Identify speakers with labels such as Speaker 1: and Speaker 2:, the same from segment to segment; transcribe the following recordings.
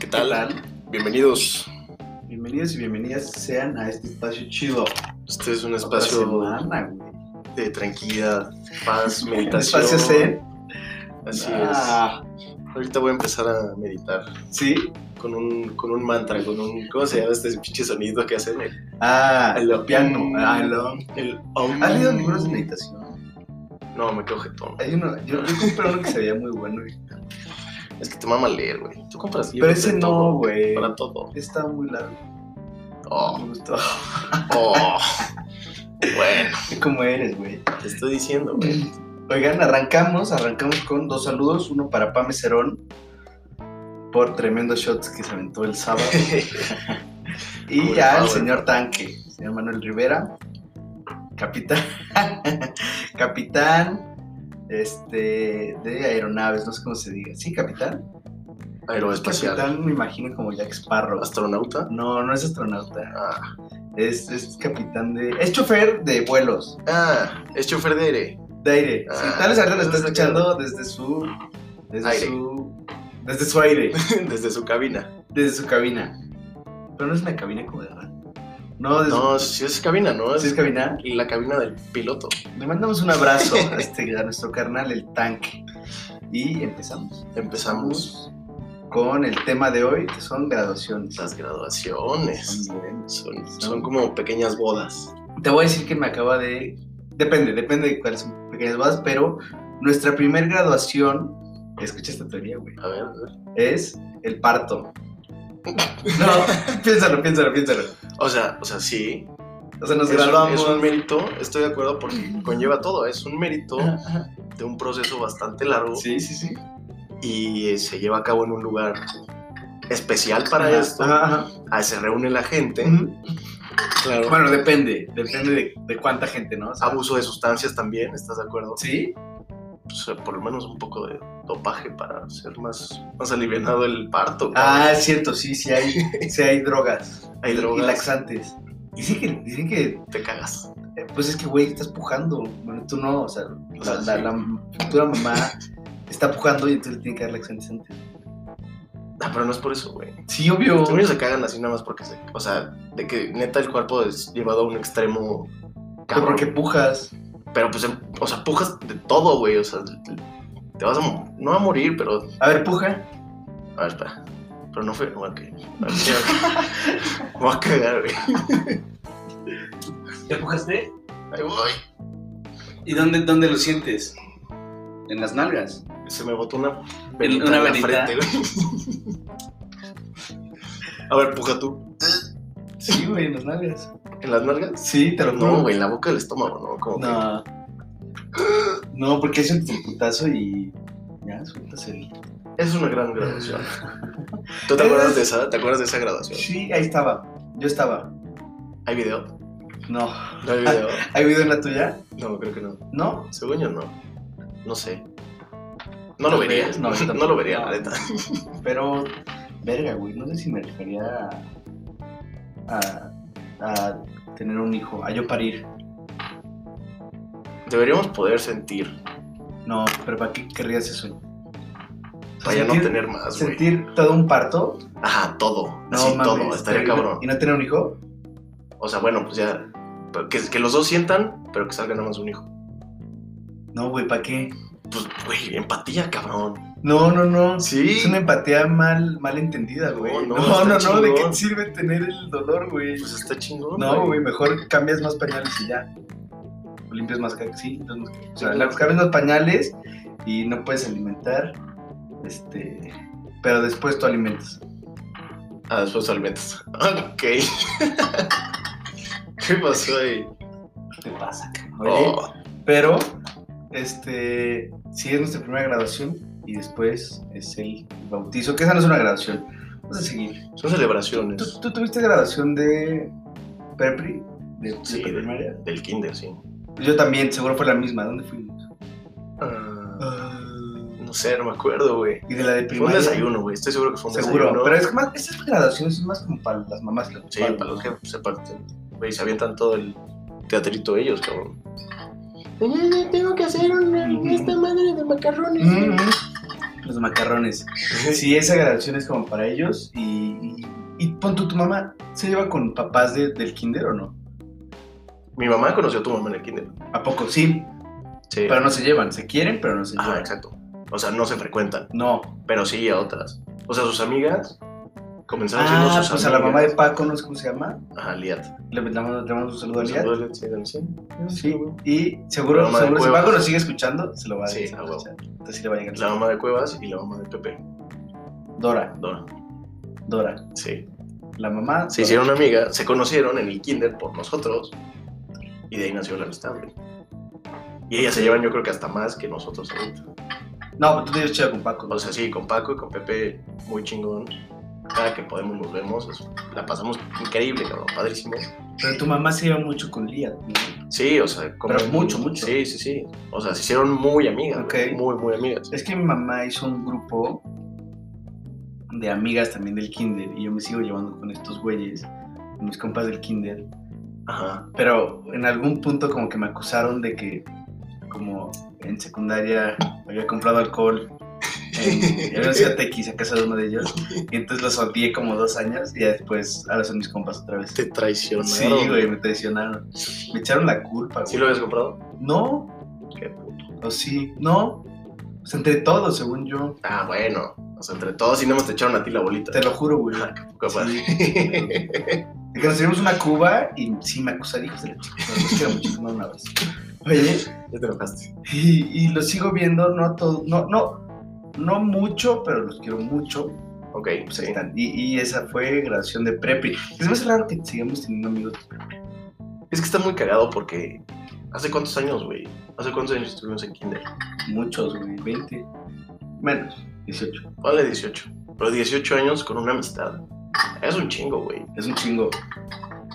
Speaker 1: ¿Qué tal? Bienvenidos.
Speaker 2: Bienvenidos y bienvenidas sean a este espacio chido.
Speaker 1: Este es un
Speaker 2: Otra
Speaker 1: espacio
Speaker 2: semana, güey.
Speaker 1: de tranquilidad, paz,
Speaker 2: Un
Speaker 1: meditación.
Speaker 2: espacio zen.
Speaker 1: Así
Speaker 2: Ah,
Speaker 1: es. Ahorita voy a empezar a meditar
Speaker 2: Sí.
Speaker 1: con un, con un mantra, con un. ¿Cómo se llama este pinche sonido que hacen? El,
Speaker 2: Ah, el piano. Ah, el
Speaker 1: el om.
Speaker 2: ¿Has leído libros de meditación?
Speaker 1: No, me quedo jetón.
Speaker 2: Hay uno, yo, yo compré uno que se veía muy bueno. güey.
Speaker 1: Es que te mama leer, güey. Tú compras
Speaker 2: Pero
Speaker 1: libros.
Speaker 2: ese
Speaker 1: de
Speaker 2: no,
Speaker 1: todo,
Speaker 2: güey.
Speaker 1: Para todo.
Speaker 2: Está muy largo.
Speaker 1: Oh,
Speaker 2: Me gustó.
Speaker 1: oh. bueno,
Speaker 2: ¿Cómo eres, güey?
Speaker 1: te estoy diciendo, güey.
Speaker 2: Oigan, arrancamos, arrancamos con dos saludos. Uno para Pame Cerón por tremendos shots que se aventó el sábado.
Speaker 1: Como
Speaker 2: Y
Speaker 1: el
Speaker 2: al
Speaker 1: Power.
Speaker 2: señor Tanque, señor Manuel Rivera, capitán, capitán este, de aeronaves, no sé cómo se diga. Sí, capitán.
Speaker 1: Aeroespacial.
Speaker 2: Capitán me imagino como Jack Sparrow.
Speaker 1: Astronauta.
Speaker 2: No, no es astronauta,
Speaker 1: Ah,
Speaker 2: es, es capitán de... Es chofer de vuelos,
Speaker 1: ah es chofer de aire.
Speaker 2: de aire. Sí, tal vez ahorita lo está
Speaker 1: Ah,
Speaker 2: escuchando desde su... Desde
Speaker 1: Aire.
Speaker 2: su... Desde su aire,
Speaker 1: Desde su cabina.
Speaker 2: desde su cabina. Pero no es una cabina como de radio. No, desde
Speaker 1: No, si es cabina, ¿no?
Speaker 2: ¿sí es cabina?
Speaker 1: la cabina del piloto.
Speaker 2: Le mandamos un abrazo a, este, a nuestro carnal, el tanque. Y empezamos.
Speaker 1: Empezamos
Speaker 2: con el tema de hoy, que son graduaciones.
Speaker 1: las graduaciones.
Speaker 2: Son buenas.
Speaker 1: Son, son como pequeñas bodas.
Speaker 2: Te voy a decir que me acaba de... Depende, depende de cuáles son pequeñas bodas, pero nuestra primer graduación, escucha esta teoría, güey,
Speaker 1: A ver, a ver.
Speaker 2: es el parto. No, piénsalo, piénsalo, piénsalo.
Speaker 1: O sea, o sea, sí.
Speaker 2: O sea, nos
Speaker 1: es, un-
Speaker 2: graduamos.
Speaker 1: es un mérito, estoy de acuerdo porque conlleva todo. Es un mérito de un proceso bastante largo
Speaker 2: Sí, sí, sí.
Speaker 1: y eh, se lleva a cabo en un lugar especial para
Speaker 2: Ajá,
Speaker 1: esto.
Speaker 2: ajá, ajá.
Speaker 1: Ah, se reúne la gente.
Speaker 2: Ujú.
Speaker 1: Claro.
Speaker 2: Bueno, depende, depende de, de cuánta gente, ¿no? O sea,
Speaker 1: Abuso de sustancias también, ¿estás de acuerdo?
Speaker 2: Sí,
Speaker 1: Pues, eh, por lo menos un poco de dopaje para ser más, más alivianado el parto.
Speaker 2: Ah, es cierto, sí, sí hay, sí hay drogas.
Speaker 1: Hay
Speaker 2: y-
Speaker 1: drogas.
Speaker 2: Y laxantes. Dicen que, dicen que,
Speaker 1: te cagas.
Speaker 2: eh, pues es que, güey, estás pujando. Bueno, tú no, o sea,
Speaker 1: O
Speaker 2: la,
Speaker 1: sea,
Speaker 2: la-
Speaker 1: sí.
Speaker 2: la futura mamá está pujando y entonces le tiene que dar laxantes antes.
Speaker 1: Ah, pero no es por eso, güey.
Speaker 2: Sí, obvio.
Speaker 1: Los niños se cagan así nada más porque se. O sea, de que neta el cuerpo es llevado a un extremo.
Speaker 2: Pero
Speaker 1: cabrón.
Speaker 2: porque pujas.
Speaker 1: Pero pues, em- o sea, pujas de todo, güey. O sea, te vas a. mo- No a morir, pero.
Speaker 2: A ver, puja.
Speaker 1: A ver, espera. Pero no fue. No, que Me voy a cagar, güey.
Speaker 3: ¿Ya pujaste?
Speaker 1: Ahí voy.
Speaker 3: ¿Y dónde, dónde lo sientes? En las nalgas.
Speaker 1: Se me botó una.
Speaker 3: una
Speaker 1: en la
Speaker 3: velita.
Speaker 1: frente, güey. A ver, puja tú.
Speaker 2: Sí, güey, en las nalgas.
Speaker 1: ¿En las nalgas?
Speaker 2: Sí, te lo
Speaker 1: No,
Speaker 2: juro.
Speaker 1: güey, en la boca del estómago, ¿no? Como que-
Speaker 2: No. No, porque es un putazo y. Ya, sueltas el.
Speaker 1: Es una gran graduación. ¿Tú te acuerdas de esa? ¿Te acuerdas de esa graduación?
Speaker 2: Sí, ahí estaba. Yo estaba.
Speaker 1: ¿Hay video?
Speaker 2: No.
Speaker 1: ¿No hay video?
Speaker 2: ¿Hay video en la tuya?
Speaker 1: No, creo que no.
Speaker 2: ¿No?
Speaker 1: Según yo, no. No sé. No lo
Speaker 2: ¿Lo
Speaker 1: vería.
Speaker 2: ves?
Speaker 1: No,
Speaker 2: No, yo tampoco.
Speaker 1: lo vería,
Speaker 2: No.
Speaker 1: la neta.
Speaker 2: Pero, verga, güey, no sé si me refería a, a- a tener un hijo, a yo parir.
Speaker 1: Deberíamos poder sentir
Speaker 2: No, pero ¿para qué querrías eso?
Speaker 1: para ya no tener más, güey.
Speaker 2: Sentir todo un parto.
Speaker 1: Ajá, todo.
Speaker 2: No,
Speaker 1: así
Speaker 2: mames,
Speaker 1: todo. Estaría
Speaker 2: pero-
Speaker 1: cabrón.
Speaker 2: ¿Y no tener un hijo?
Speaker 1: O sea, bueno, pues ya. pero Que, que los dos sientan, pero que salga nada más un hijo.
Speaker 2: No, güey, ¿para qué?
Speaker 1: Pues, güey, empatía, cabrón. em-
Speaker 2: No, no, no.
Speaker 1: Sí.
Speaker 2: Es una empatía mal, mal entendida, güey. No,
Speaker 1: No, no,
Speaker 2: no, no,
Speaker 1: está
Speaker 2: ¿de qué
Speaker 1: chingón.
Speaker 2: te sirve tener el dolor, güey?
Speaker 1: Pues está chingón.
Speaker 2: No, güey, mejor cambias más pañales y ya. O limpias más caca, sí. entonces, o sea,
Speaker 1: Sí.
Speaker 2: la- cambias más pañales y no puedes alimentar. Este. Pero después tú alimentas.
Speaker 1: Ah, después alimentas. Ok. ¿Qué pasó ahí?
Speaker 2: Te pasa. Oye, ¿eh?
Speaker 1: Oh,
Speaker 2: pero. Este. Sí, es nuestra primera graduación y después es el bautizo, que esa no es una graduación. Vamos a seguir.
Speaker 1: son
Speaker 2: ¿Tú,
Speaker 1: celebraciones
Speaker 2: tú tuviste graduación de. Prepri? ¿De, de
Speaker 1: Sí,
Speaker 2: preprimaria?
Speaker 1: del kinder, sí.
Speaker 2: Yo también, seguro fue la misma. ¿Dónde fuimos?
Speaker 1: Ah, no sé, no me acuerdo, güey.
Speaker 2: Y de la de
Speaker 1: Fue un
Speaker 2: primaria.
Speaker 1: desayuno, güey. Estoy seguro que fue un
Speaker 2: Seguro,
Speaker 1: desayuno.
Speaker 2: pero es que más, estas graduaciones son más como para las mamás. que
Speaker 1: Sí,
Speaker 2: para
Speaker 1: para los que se parten. Güey, se avientan todo el teatrito ellos, cabrón.
Speaker 4: Mañana Pues tengo que hacer una,
Speaker 2: Ujú.
Speaker 4: esta madre de macarrones.
Speaker 2: Mm, mm. los macarrones. Sí, esa graduación es como para ellos. Y, y, y pon tú, tu mamá se lleva con papás de- del kinder o no?
Speaker 1: Mi mamá conoció a tu mamá en el kinder.
Speaker 2: ¿A poco? Sí,
Speaker 1: Sí.
Speaker 2: pero no se llevan. Se quieren, pero no se
Speaker 1: Ajá,
Speaker 2: llevan.
Speaker 1: Ah, exacto. O sea, no se frecuentan,
Speaker 2: No.
Speaker 1: pero sí a otras. O sea, sus amigas comenzaron siendo
Speaker 2: Ah,
Speaker 1: sus
Speaker 2: pues a
Speaker 1: amigas.
Speaker 2: la mamá de Paco, no sé cómo se llama.
Speaker 1: Ajá, Liat.
Speaker 2: Le mandamos, le mandamos un saludo a Liat.
Speaker 1: Saludos, Liat, sí, dale, sí.
Speaker 2: Sí, y seguro,
Speaker 1: La mamá de
Speaker 2: seguro si
Speaker 1: Cuevas.
Speaker 2: Paco nos sigue escuchando, se lo va a
Speaker 1: Sí,
Speaker 2: decir.
Speaker 1: a huevo.
Speaker 2: Entonces sí le va a llegar.
Speaker 1: La mamá de Cuevas y la mamá de Pepe.
Speaker 2: Dora,
Speaker 1: Dora.
Speaker 2: Dora.
Speaker 1: Sí.
Speaker 2: La mamá. Dora.
Speaker 1: Se hicieron amigas, se conocieron en el kinder por nosotros. Y de ahí nació la amistad, güey. Y ellas se llevan, yo creo que hasta más que nosotros ahorita.
Speaker 2: No, pero tú te llevas chido con Paco.
Speaker 1: O sea, sí, con Paco y con Pepe, muy chingón. Cada que podemos nos vemos, es- la pasamos increíble, cabrón, padrísimo.
Speaker 2: Pero tu mamá se lleva mucho con Lía. ¿no?
Speaker 1: Sí, o sea, como.
Speaker 2: Pero mucho, mucho.
Speaker 1: Sí, sí, sí. O sea, se hicieron muy amigas.
Speaker 2: Ok.
Speaker 1: güey, Muy, muy amigas.
Speaker 2: Es que mi mamá hizo un grupo de amigas también del kinder y yo me sigo llevando con estos güeyes, con mis compas del kinder.
Speaker 1: Ajá.
Speaker 2: Pero en algún punto como que me acusaron de que como en secundaria había comprado alcohol. en- Era un CTX a casa de uno de ellos. Y entonces los odié como dos años y ya después ahora son mis compas otra vez.
Speaker 1: Te traicionaron.
Speaker 2: Sí, güey, me traicionaron. Me echaron la culpa, güey.
Speaker 1: ¿Sí lo habías comprado?
Speaker 2: No,
Speaker 1: Qué puto.
Speaker 2: o sí, no. Pues entre todos, según yo.
Speaker 1: Ah, bueno. O sea, entre todos y nada más te echaron a ti la bolita.
Speaker 2: Te lo juro, güey.
Speaker 1: Ah, qué poca madre.
Speaker 2: De que nos llevamos una cuba y sí me acusaron, hijos de la chica. Pero los quiero muchísimo una vez. Oye,
Speaker 1: Ya te enojaste.
Speaker 2: Y, y los sigo viendo, no todo, no, no, no mucho, pero los quiero mucho.
Speaker 1: Ok,
Speaker 2: Pues ahí
Speaker 1: sí.
Speaker 2: están. Y, y esa fue graduación de prepi. Es más raro que sigamos teniendo amigos.
Speaker 1: Es que está muy cagado porque. ¿Hace cuántos años, güey? ¿Hace cuántos años estuvimos en Kinder?
Speaker 2: Muchos, güey, 20. Menos, 18.
Speaker 1: Vale, 18. Pero 18 años con una amistad. Es un chingo, güey.
Speaker 2: Es un chingo.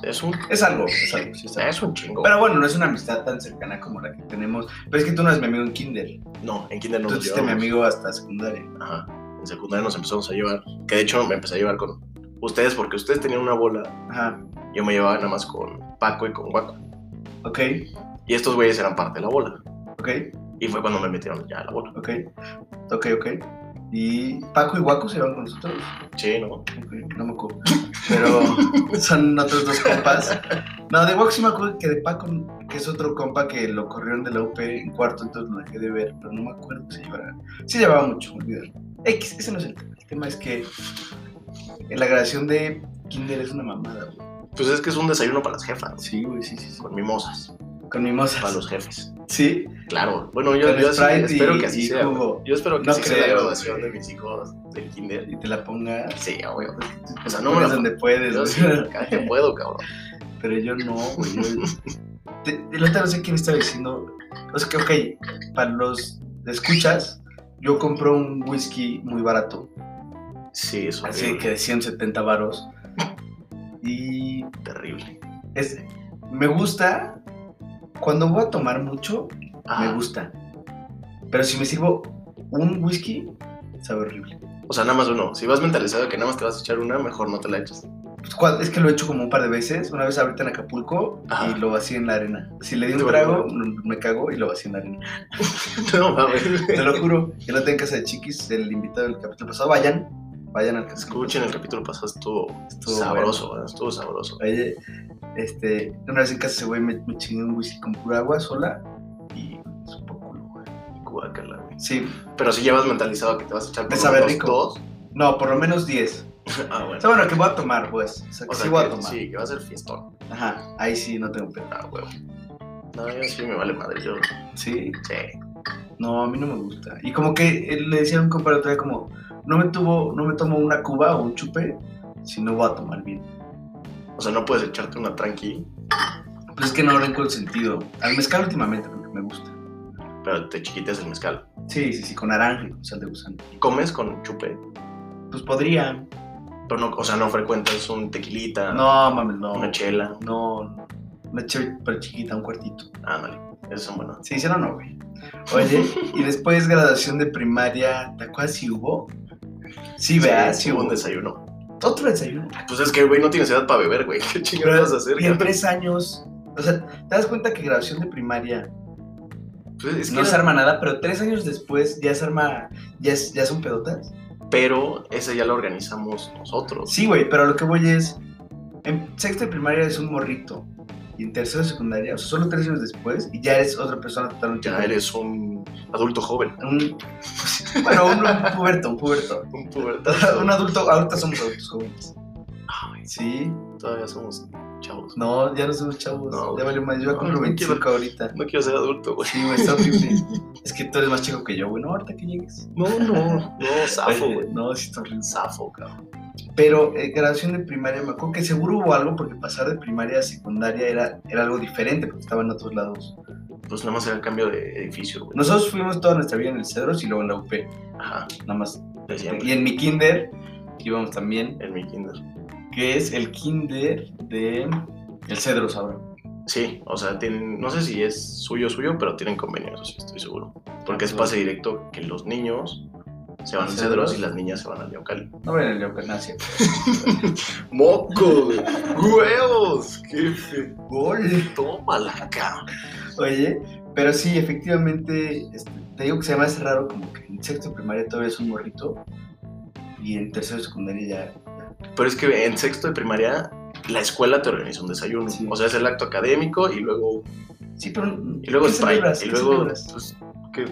Speaker 1: Es un.
Speaker 2: Es algo, es algo, sí, es algo.
Speaker 1: Es un chingo.
Speaker 2: Pero bueno, no es una amistad tan cercana como la que tenemos. Pero es que tú no eres mi amigo en kinder.
Speaker 1: no, en Kinder no
Speaker 2: tú
Speaker 1: nos
Speaker 2: fuiste mi
Speaker 1: llevamos.
Speaker 2: amigo hasta secundaria.
Speaker 1: Ajá. En secundaria nos empezamos a llevar. Que de hecho me empecé a llevar con ustedes porque ustedes tenían una bola.
Speaker 2: Ajá.
Speaker 1: Yo me llevaba nada más con Paco y con Guaco.
Speaker 2: Ok,
Speaker 1: Y estos güeyes eran parte de la bola.
Speaker 2: ok,
Speaker 1: Y fue cuando me metieron ya a la bola.
Speaker 2: ok. Ok, ok. ¿Y Paco y Guaco se van con nosotros?
Speaker 1: Sí, ¿no?
Speaker 2: Ok, No me acuerdo. Pero son otros dos compas. No, de Wax sí me acuerdo que de Paco, que es otro compa que lo corrieron de la UP en cuarto, entonces lo dejé de ver, pero no me acuerdo si llevaba. Sí llevaba mucho, me olvidé. X, ese no es el tema. El tema es que la grabación de Kinder es una mamada, güey.
Speaker 1: Pues es que es un desayuno para las jefas. güey,
Speaker 2: Sí, güey, sí, sí, sí.
Speaker 1: Con mimosas.
Speaker 2: Con
Speaker 1: Para
Speaker 2: mimosas.
Speaker 1: los jefes.
Speaker 2: Sí,
Speaker 1: Claro. Bueno, yo,
Speaker 2: con
Speaker 1: yo sí
Speaker 2: Sprite
Speaker 1: espero
Speaker 2: y,
Speaker 1: que así
Speaker 2: y
Speaker 1: sea. güey.
Speaker 2: jugo.
Speaker 1: Yo espero que
Speaker 2: No
Speaker 1: así sea la
Speaker 2: creo,
Speaker 1: graduación
Speaker 2: güey.
Speaker 1: de mis hijos del kinder.
Speaker 2: Y te la pongas.
Speaker 1: Sí, a huevo. O sea,
Speaker 2: Te
Speaker 1: no me la
Speaker 2: pones donde puedes,
Speaker 1: Yo
Speaker 2: güey.
Speaker 1: sí, cada que puedo, cabrón.
Speaker 2: Pero yo no, güey. yo- Te- El otro no sé quién estaba diciendo. O sea que, ok, para los escuchas, yo compro un whisky muy barato.
Speaker 1: Sí, eso es
Speaker 2: Así que de 170 varos. Y
Speaker 1: terrible.
Speaker 2: es, me gusta. Cuando voy a tomar mucho, me
Speaker 1: Ah,
Speaker 2: gusta. Pero si me sirvo un whisky, sabe horrible.
Speaker 1: o sea, nada más uno. Si vas mentalizado que nada más te vas a echar una, mejor no te la echas.
Speaker 2: Pues, cua- Es que lo he hecho como un par de veces. Una vez ahorita en Acapulco
Speaker 1: Ajá.
Speaker 2: y lo vacié en la arena. Si le di
Speaker 1: Te
Speaker 2: un
Speaker 1: valió
Speaker 2: trago, me cago y lo vacié en la arena.
Speaker 1: No mames.
Speaker 2: Te lo juro, yo lo tengo en casa de Chiquis, el invitado del capítulo pasado. Vayan, vayan al capítulo.
Speaker 1: Escuchen el capítulo pasado, estuvo,
Speaker 2: Estuvo
Speaker 1: sabroso, ¿verdad? estuvo sabroso.
Speaker 2: Oye, este, una vez en casa ese güey me, me chingué un whisky con pura agua sola y es un poco culo, güey.
Speaker 1: Guácala, güey.
Speaker 2: Sí,
Speaker 1: Pero si llevas mentalizado que te vas a echar
Speaker 2: Me
Speaker 1: por
Speaker 2: sabe
Speaker 1: lo menos
Speaker 2: rico.
Speaker 1: dos.
Speaker 2: no, por lo menos 10.
Speaker 1: Ah,
Speaker 2: O
Speaker 1: bueno.
Speaker 2: sea, bueno, que voy a tomar, pues. O sea, que
Speaker 1: O sea,
Speaker 2: sí voy a
Speaker 1: que,
Speaker 2: tomar.
Speaker 1: sí, que va a ser fiestón.
Speaker 2: Ajá, ahí sí, no tengo pedo.
Speaker 1: Ah, huevo. No, yo sí me vale madre. Yo,
Speaker 2: Sí,
Speaker 1: sí.
Speaker 2: no, a mí no me gusta. Y como que eh, le decía a un compadre otra vez, como, no me, tuvo, no me tomo una cuba o un chupe si no voy a tomar bien.
Speaker 1: O sea, no puedes echarte una tranqui,
Speaker 2: Pues es que no lo encuentro sentido. Al mezcal últimamente, porque me gusta.
Speaker 1: pero te chiquites el mezcal.
Speaker 2: Sí, sí, sí, con naranja y con sal de gusano.
Speaker 1: Comes con chupe,
Speaker 2: Pues podría.
Speaker 1: pero no, o sea, no frecuentas un tequilita,
Speaker 2: No, mames, no.
Speaker 1: una chela.
Speaker 2: No, no. Una chévere pero chiquita, un cuartito.
Speaker 1: Ah, vale. Esas son buenas.
Speaker 2: Sí, hicieron no, güey. Oye, y después graduación de primaria, ¿te acuerdas si hubo? Sí, vea, sí,
Speaker 1: Sí,
Speaker 2: hubo.
Speaker 1: un desayuno.
Speaker 2: Otro desayuno.
Speaker 1: Pues es que, güey, no tienes edad para beber, güey. ¿Qué chingados vas a hacer?
Speaker 2: Y en tres años. O sea, ¿te das cuenta que graduación de primaria
Speaker 1: Pues, es que
Speaker 2: no se
Speaker 1: era-
Speaker 2: arma nada, pero tres años después ya se arma, ya, es- ya son pedotas.
Speaker 1: Pero ese ya lo organizamos nosotros.
Speaker 2: Sí, güey, pero a lo que voy es, en sexto de primaria es un morrito, y en tercero de secundaria, o sea, solo tres años después, y ya eres otra persona totalmente
Speaker 1: Ya
Speaker 2: diferente.
Speaker 1: eres un adulto joven.
Speaker 2: Un, bueno, un, un puberto, un puberto.
Speaker 1: Un pubertazo.
Speaker 2: Un adulto, ahorita somos adultos jóvenes.
Speaker 1: Ay,
Speaker 2: Sí,
Speaker 1: Ah, Todavía somos chavos.
Speaker 2: no, ya no somos chavos,
Speaker 1: No,
Speaker 2: ya valió más, yo
Speaker 1: No,
Speaker 2: cumplo
Speaker 1: no quiero-
Speaker 2: 25 ahorita.
Speaker 1: No quiero ser adulto, güey.
Speaker 2: Sí, güey, está horrible. es que tú eres más chico que yo, güey, no, ahorita que llegues.
Speaker 1: No, no. No, zafo,
Speaker 2: Oye,
Speaker 1: güey.
Speaker 2: No, sí está horrible.
Speaker 1: Zafo, cabrón.
Speaker 2: Pero eh, graduación de primaria, me acuerdo que seguro hubo algo, porque pasar de primaria a secundaria era, era algo diferente, porque estaban en otros lados.
Speaker 1: Pues nada más era el cambio de edificio, güey.
Speaker 2: Nosotros fuimos toda nuestra vida en el Cedros y luego en la UP,
Speaker 1: Ajá.
Speaker 2: nada más.
Speaker 1: De
Speaker 2: Y
Speaker 1: siempre.
Speaker 2: en mi kinder íbamos también,
Speaker 1: En mi kinder.
Speaker 2: que es el kinder de el Cedros ahora.
Speaker 1: Sí, o sea, tienen, no sé si es suyo suyo, pero tienen convenio, eso sí, estoy seguro. Porque es
Speaker 2: Sí.
Speaker 1: pase directo que los niños se van al Cedros y las niñas se van al Leocali.
Speaker 2: No ven el Leopenacia.
Speaker 1: ¡Moco! ¡Huevos! ¡Qué fe!
Speaker 2: ¡Gol!
Speaker 1: ¡Tómala acá!
Speaker 2: Oye, pero sí, efectivamente, este, te digo que se me hace raro como que en sexto de primaria todavía es un morrito y en tercero de secundaria ya
Speaker 1: Pero es que en sexto de primaria, la escuela te organiza un desayuno.
Speaker 2: Sí.
Speaker 1: O sea, es el acto académico y luego,
Speaker 2: Sí, pero.
Speaker 1: y luego
Speaker 2: ¿qué
Speaker 1: Sprite.
Speaker 2: celebras?
Speaker 1: Y
Speaker 2: ¿Qué
Speaker 1: luego,
Speaker 2: celebras?
Speaker 1: pues, ¿qué?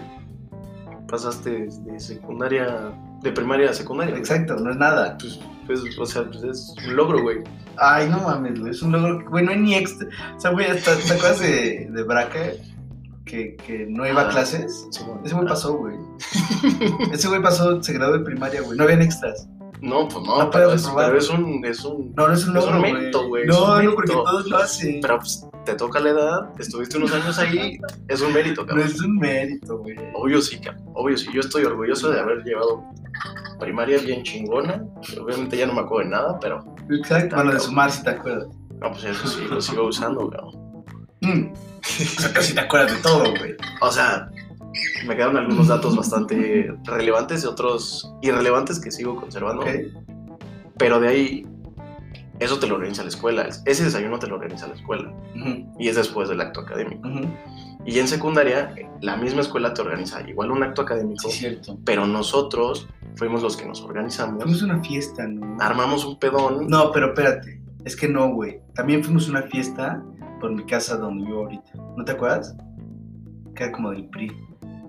Speaker 1: Pasaste de secundaria, de primaria a secundaria. güey.
Speaker 2: Exacto, no es nada.
Speaker 1: Pues, pues, o sea, pues es un logro, güey.
Speaker 2: Ay, no mames, güey, es un logro. que- Güey, no hay ni extra. O sea, güey, hasta- ¿te acuerdas de, de Braca que, que no iba a
Speaker 1: Ah.
Speaker 2: clases? Ese güey pasó, güey. Ese güey pasó, se graduó de primaria, güey. No habían extras.
Speaker 1: No, pues no,
Speaker 2: No
Speaker 1: pero,
Speaker 2: puedes
Speaker 1: es,
Speaker 2: probar.
Speaker 1: pero es un, es un.
Speaker 2: No, no es un
Speaker 1: Es un
Speaker 2: logro. güey.
Speaker 1: mérito, güey, es
Speaker 2: No,
Speaker 1: un
Speaker 2: no, porque
Speaker 1: mérito.
Speaker 2: todos lo hacen.
Speaker 1: Pero pues, te toca la edad, estuviste unos años ahí, es un mérito,
Speaker 2: No
Speaker 1: cabrón.
Speaker 2: es un mérito, güey.
Speaker 1: Obvio sí, cabrón. Obvio sí. Yo estoy orgulloso de haber llevado primaria bien chingona. Obviamente ya no me acuerdo de nada, pero
Speaker 2: Exacto. Bueno, de sumar, si te acuerdas.
Speaker 1: no, pues eso sí, lo sigo usando, cabrón.
Speaker 2: Mm. O sea, casi te acuerdas de todo, güey.
Speaker 1: O sea, me quedaron algunos datos bastante relevantes y otros irrelevantes que sigo conservando.
Speaker 2: Ok.
Speaker 1: Pero de ahí, eso te lo organiza la escuela. Ese desayuno te lo organiza la escuela.
Speaker 2: Ujú,
Speaker 1: Y es después del acto académico.
Speaker 2: ujú.
Speaker 1: Y en secundaria, la misma escuela te organiza igual un acto académico,
Speaker 2: Sí, es cierto.
Speaker 1: pero nosotros fuimos los que nos organizamos,
Speaker 2: Fuimos a una fiesta, ¿no?
Speaker 1: armamos un pedón.
Speaker 2: No, pero espérate. Es que no, güey. También fuimos a una fiesta por mi casa donde vivo ahorita. ¿No te acuerdas? Que era como del PRI.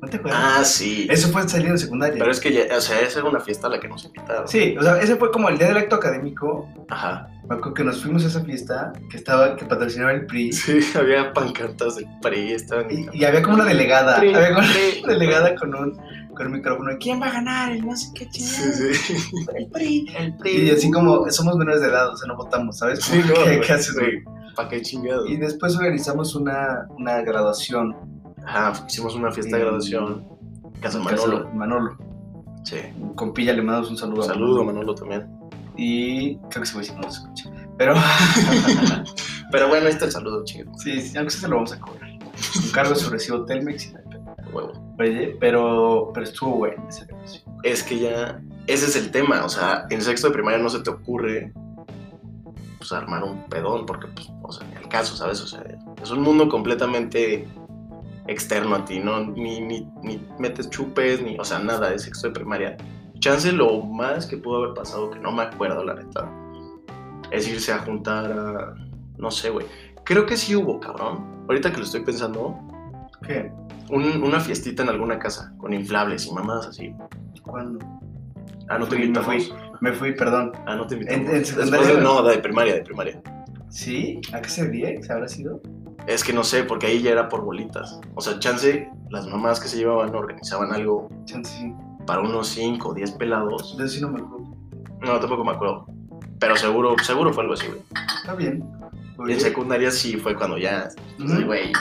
Speaker 2: ¿No te acuerdas?
Speaker 1: Ah, sí.
Speaker 2: Eso fue saliendo de secundaria.
Speaker 1: Pero es que ya, o sea, esa era una fiesta a la que nos invitaron.
Speaker 2: Sí, o sea, ese fue como el día del acto académico.
Speaker 1: Ajá.
Speaker 2: Me acuerdo que nos fuimos a esa fiesta que estaba, que patrocinaba el PRI.
Speaker 1: Sí, había pancartas del PRI, estaban
Speaker 2: Y, y había como una delegada.
Speaker 1: PRI,
Speaker 2: Había como
Speaker 1: PRI.
Speaker 2: una delegada con un, con un micrófono. ¿Quién va a ganar? El no sé qué
Speaker 1: Sí,
Speaker 2: chingado.
Speaker 1: sí.
Speaker 2: El PRI.
Speaker 1: El PRI.
Speaker 2: Y así como somos menores de edad, o sea, no votamos, ¿sabes?
Speaker 1: Sí, no,
Speaker 2: ¿Qué-
Speaker 1: güey,
Speaker 2: ¿Qué haces, güey?
Speaker 1: güey? ¿Para qué chingado?
Speaker 2: Y después organizamos una, una graduación
Speaker 1: Ajá, hicimos una fiesta de
Speaker 2: En-
Speaker 1: graduación. Casa
Speaker 2: en
Speaker 1: Manolo.
Speaker 2: casa- Manolo.
Speaker 1: Sí.
Speaker 2: Con Pilla le mandamos un saludo.
Speaker 1: Un saludo, Manolo, también.
Speaker 2: Y creo que se va a decir, no se escucha. Pero
Speaker 1: Pero bueno, ahí está el saludo, chido.
Speaker 2: sí, sí, aunque sea se lo vamos a cobrar. Un cargo de recibo Telmex y la pena.
Speaker 1: Huevo.
Speaker 2: Oye, pero, pero estuvo bueno ese negocio.
Speaker 1: es que ya ese es el tema, o sea, en sexto de primaria no se te ocurre pues armar un pedón porque pues o sea, ni al caso, ¿sabes? O sea, es un mundo completamente externo a ti, no ni ni ni metes chupes ni, o sea, nada de sexto de primaria. Chance lo más que pudo haber pasado que no me acuerdo la neta. Es irse a juntar a no sé, güey. Creo que sí hubo, cabrón. Ahorita que lo estoy pensando,
Speaker 2: ¿Qué?
Speaker 1: un- una fiestita en alguna casa con inflables y mamadas así.
Speaker 2: ¿Cuándo?
Speaker 1: Ah, no te
Speaker 2: Fui, me
Speaker 1: invitamos.
Speaker 2: fui. Me fui, perdón.
Speaker 1: Ah, no te invitamos.
Speaker 2: En- en
Speaker 1: Después
Speaker 2: secundaria.
Speaker 1: de- no, de primaria, de primaria.
Speaker 2: ¿Sí? ¿A qué se debía? ¿Se habrá sido?
Speaker 1: Es que no sé, porque ahí ya era por bolitas. O sea, chance, las mamás que se llevaban organizaban algo
Speaker 2: Chance sí.
Speaker 1: para unos 5 o 10 pelados.
Speaker 2: De eso sí no me acuerdo.
Speaker 1: No, tampoco me acuerdo. Pero seguro, seguro fue algo así, güey.
Speaker 2: Está bien.
Speaker 1: En secundaria sí fue cuando ya, pues,
Speaker 2: Ujú.
Speaker 1: güey,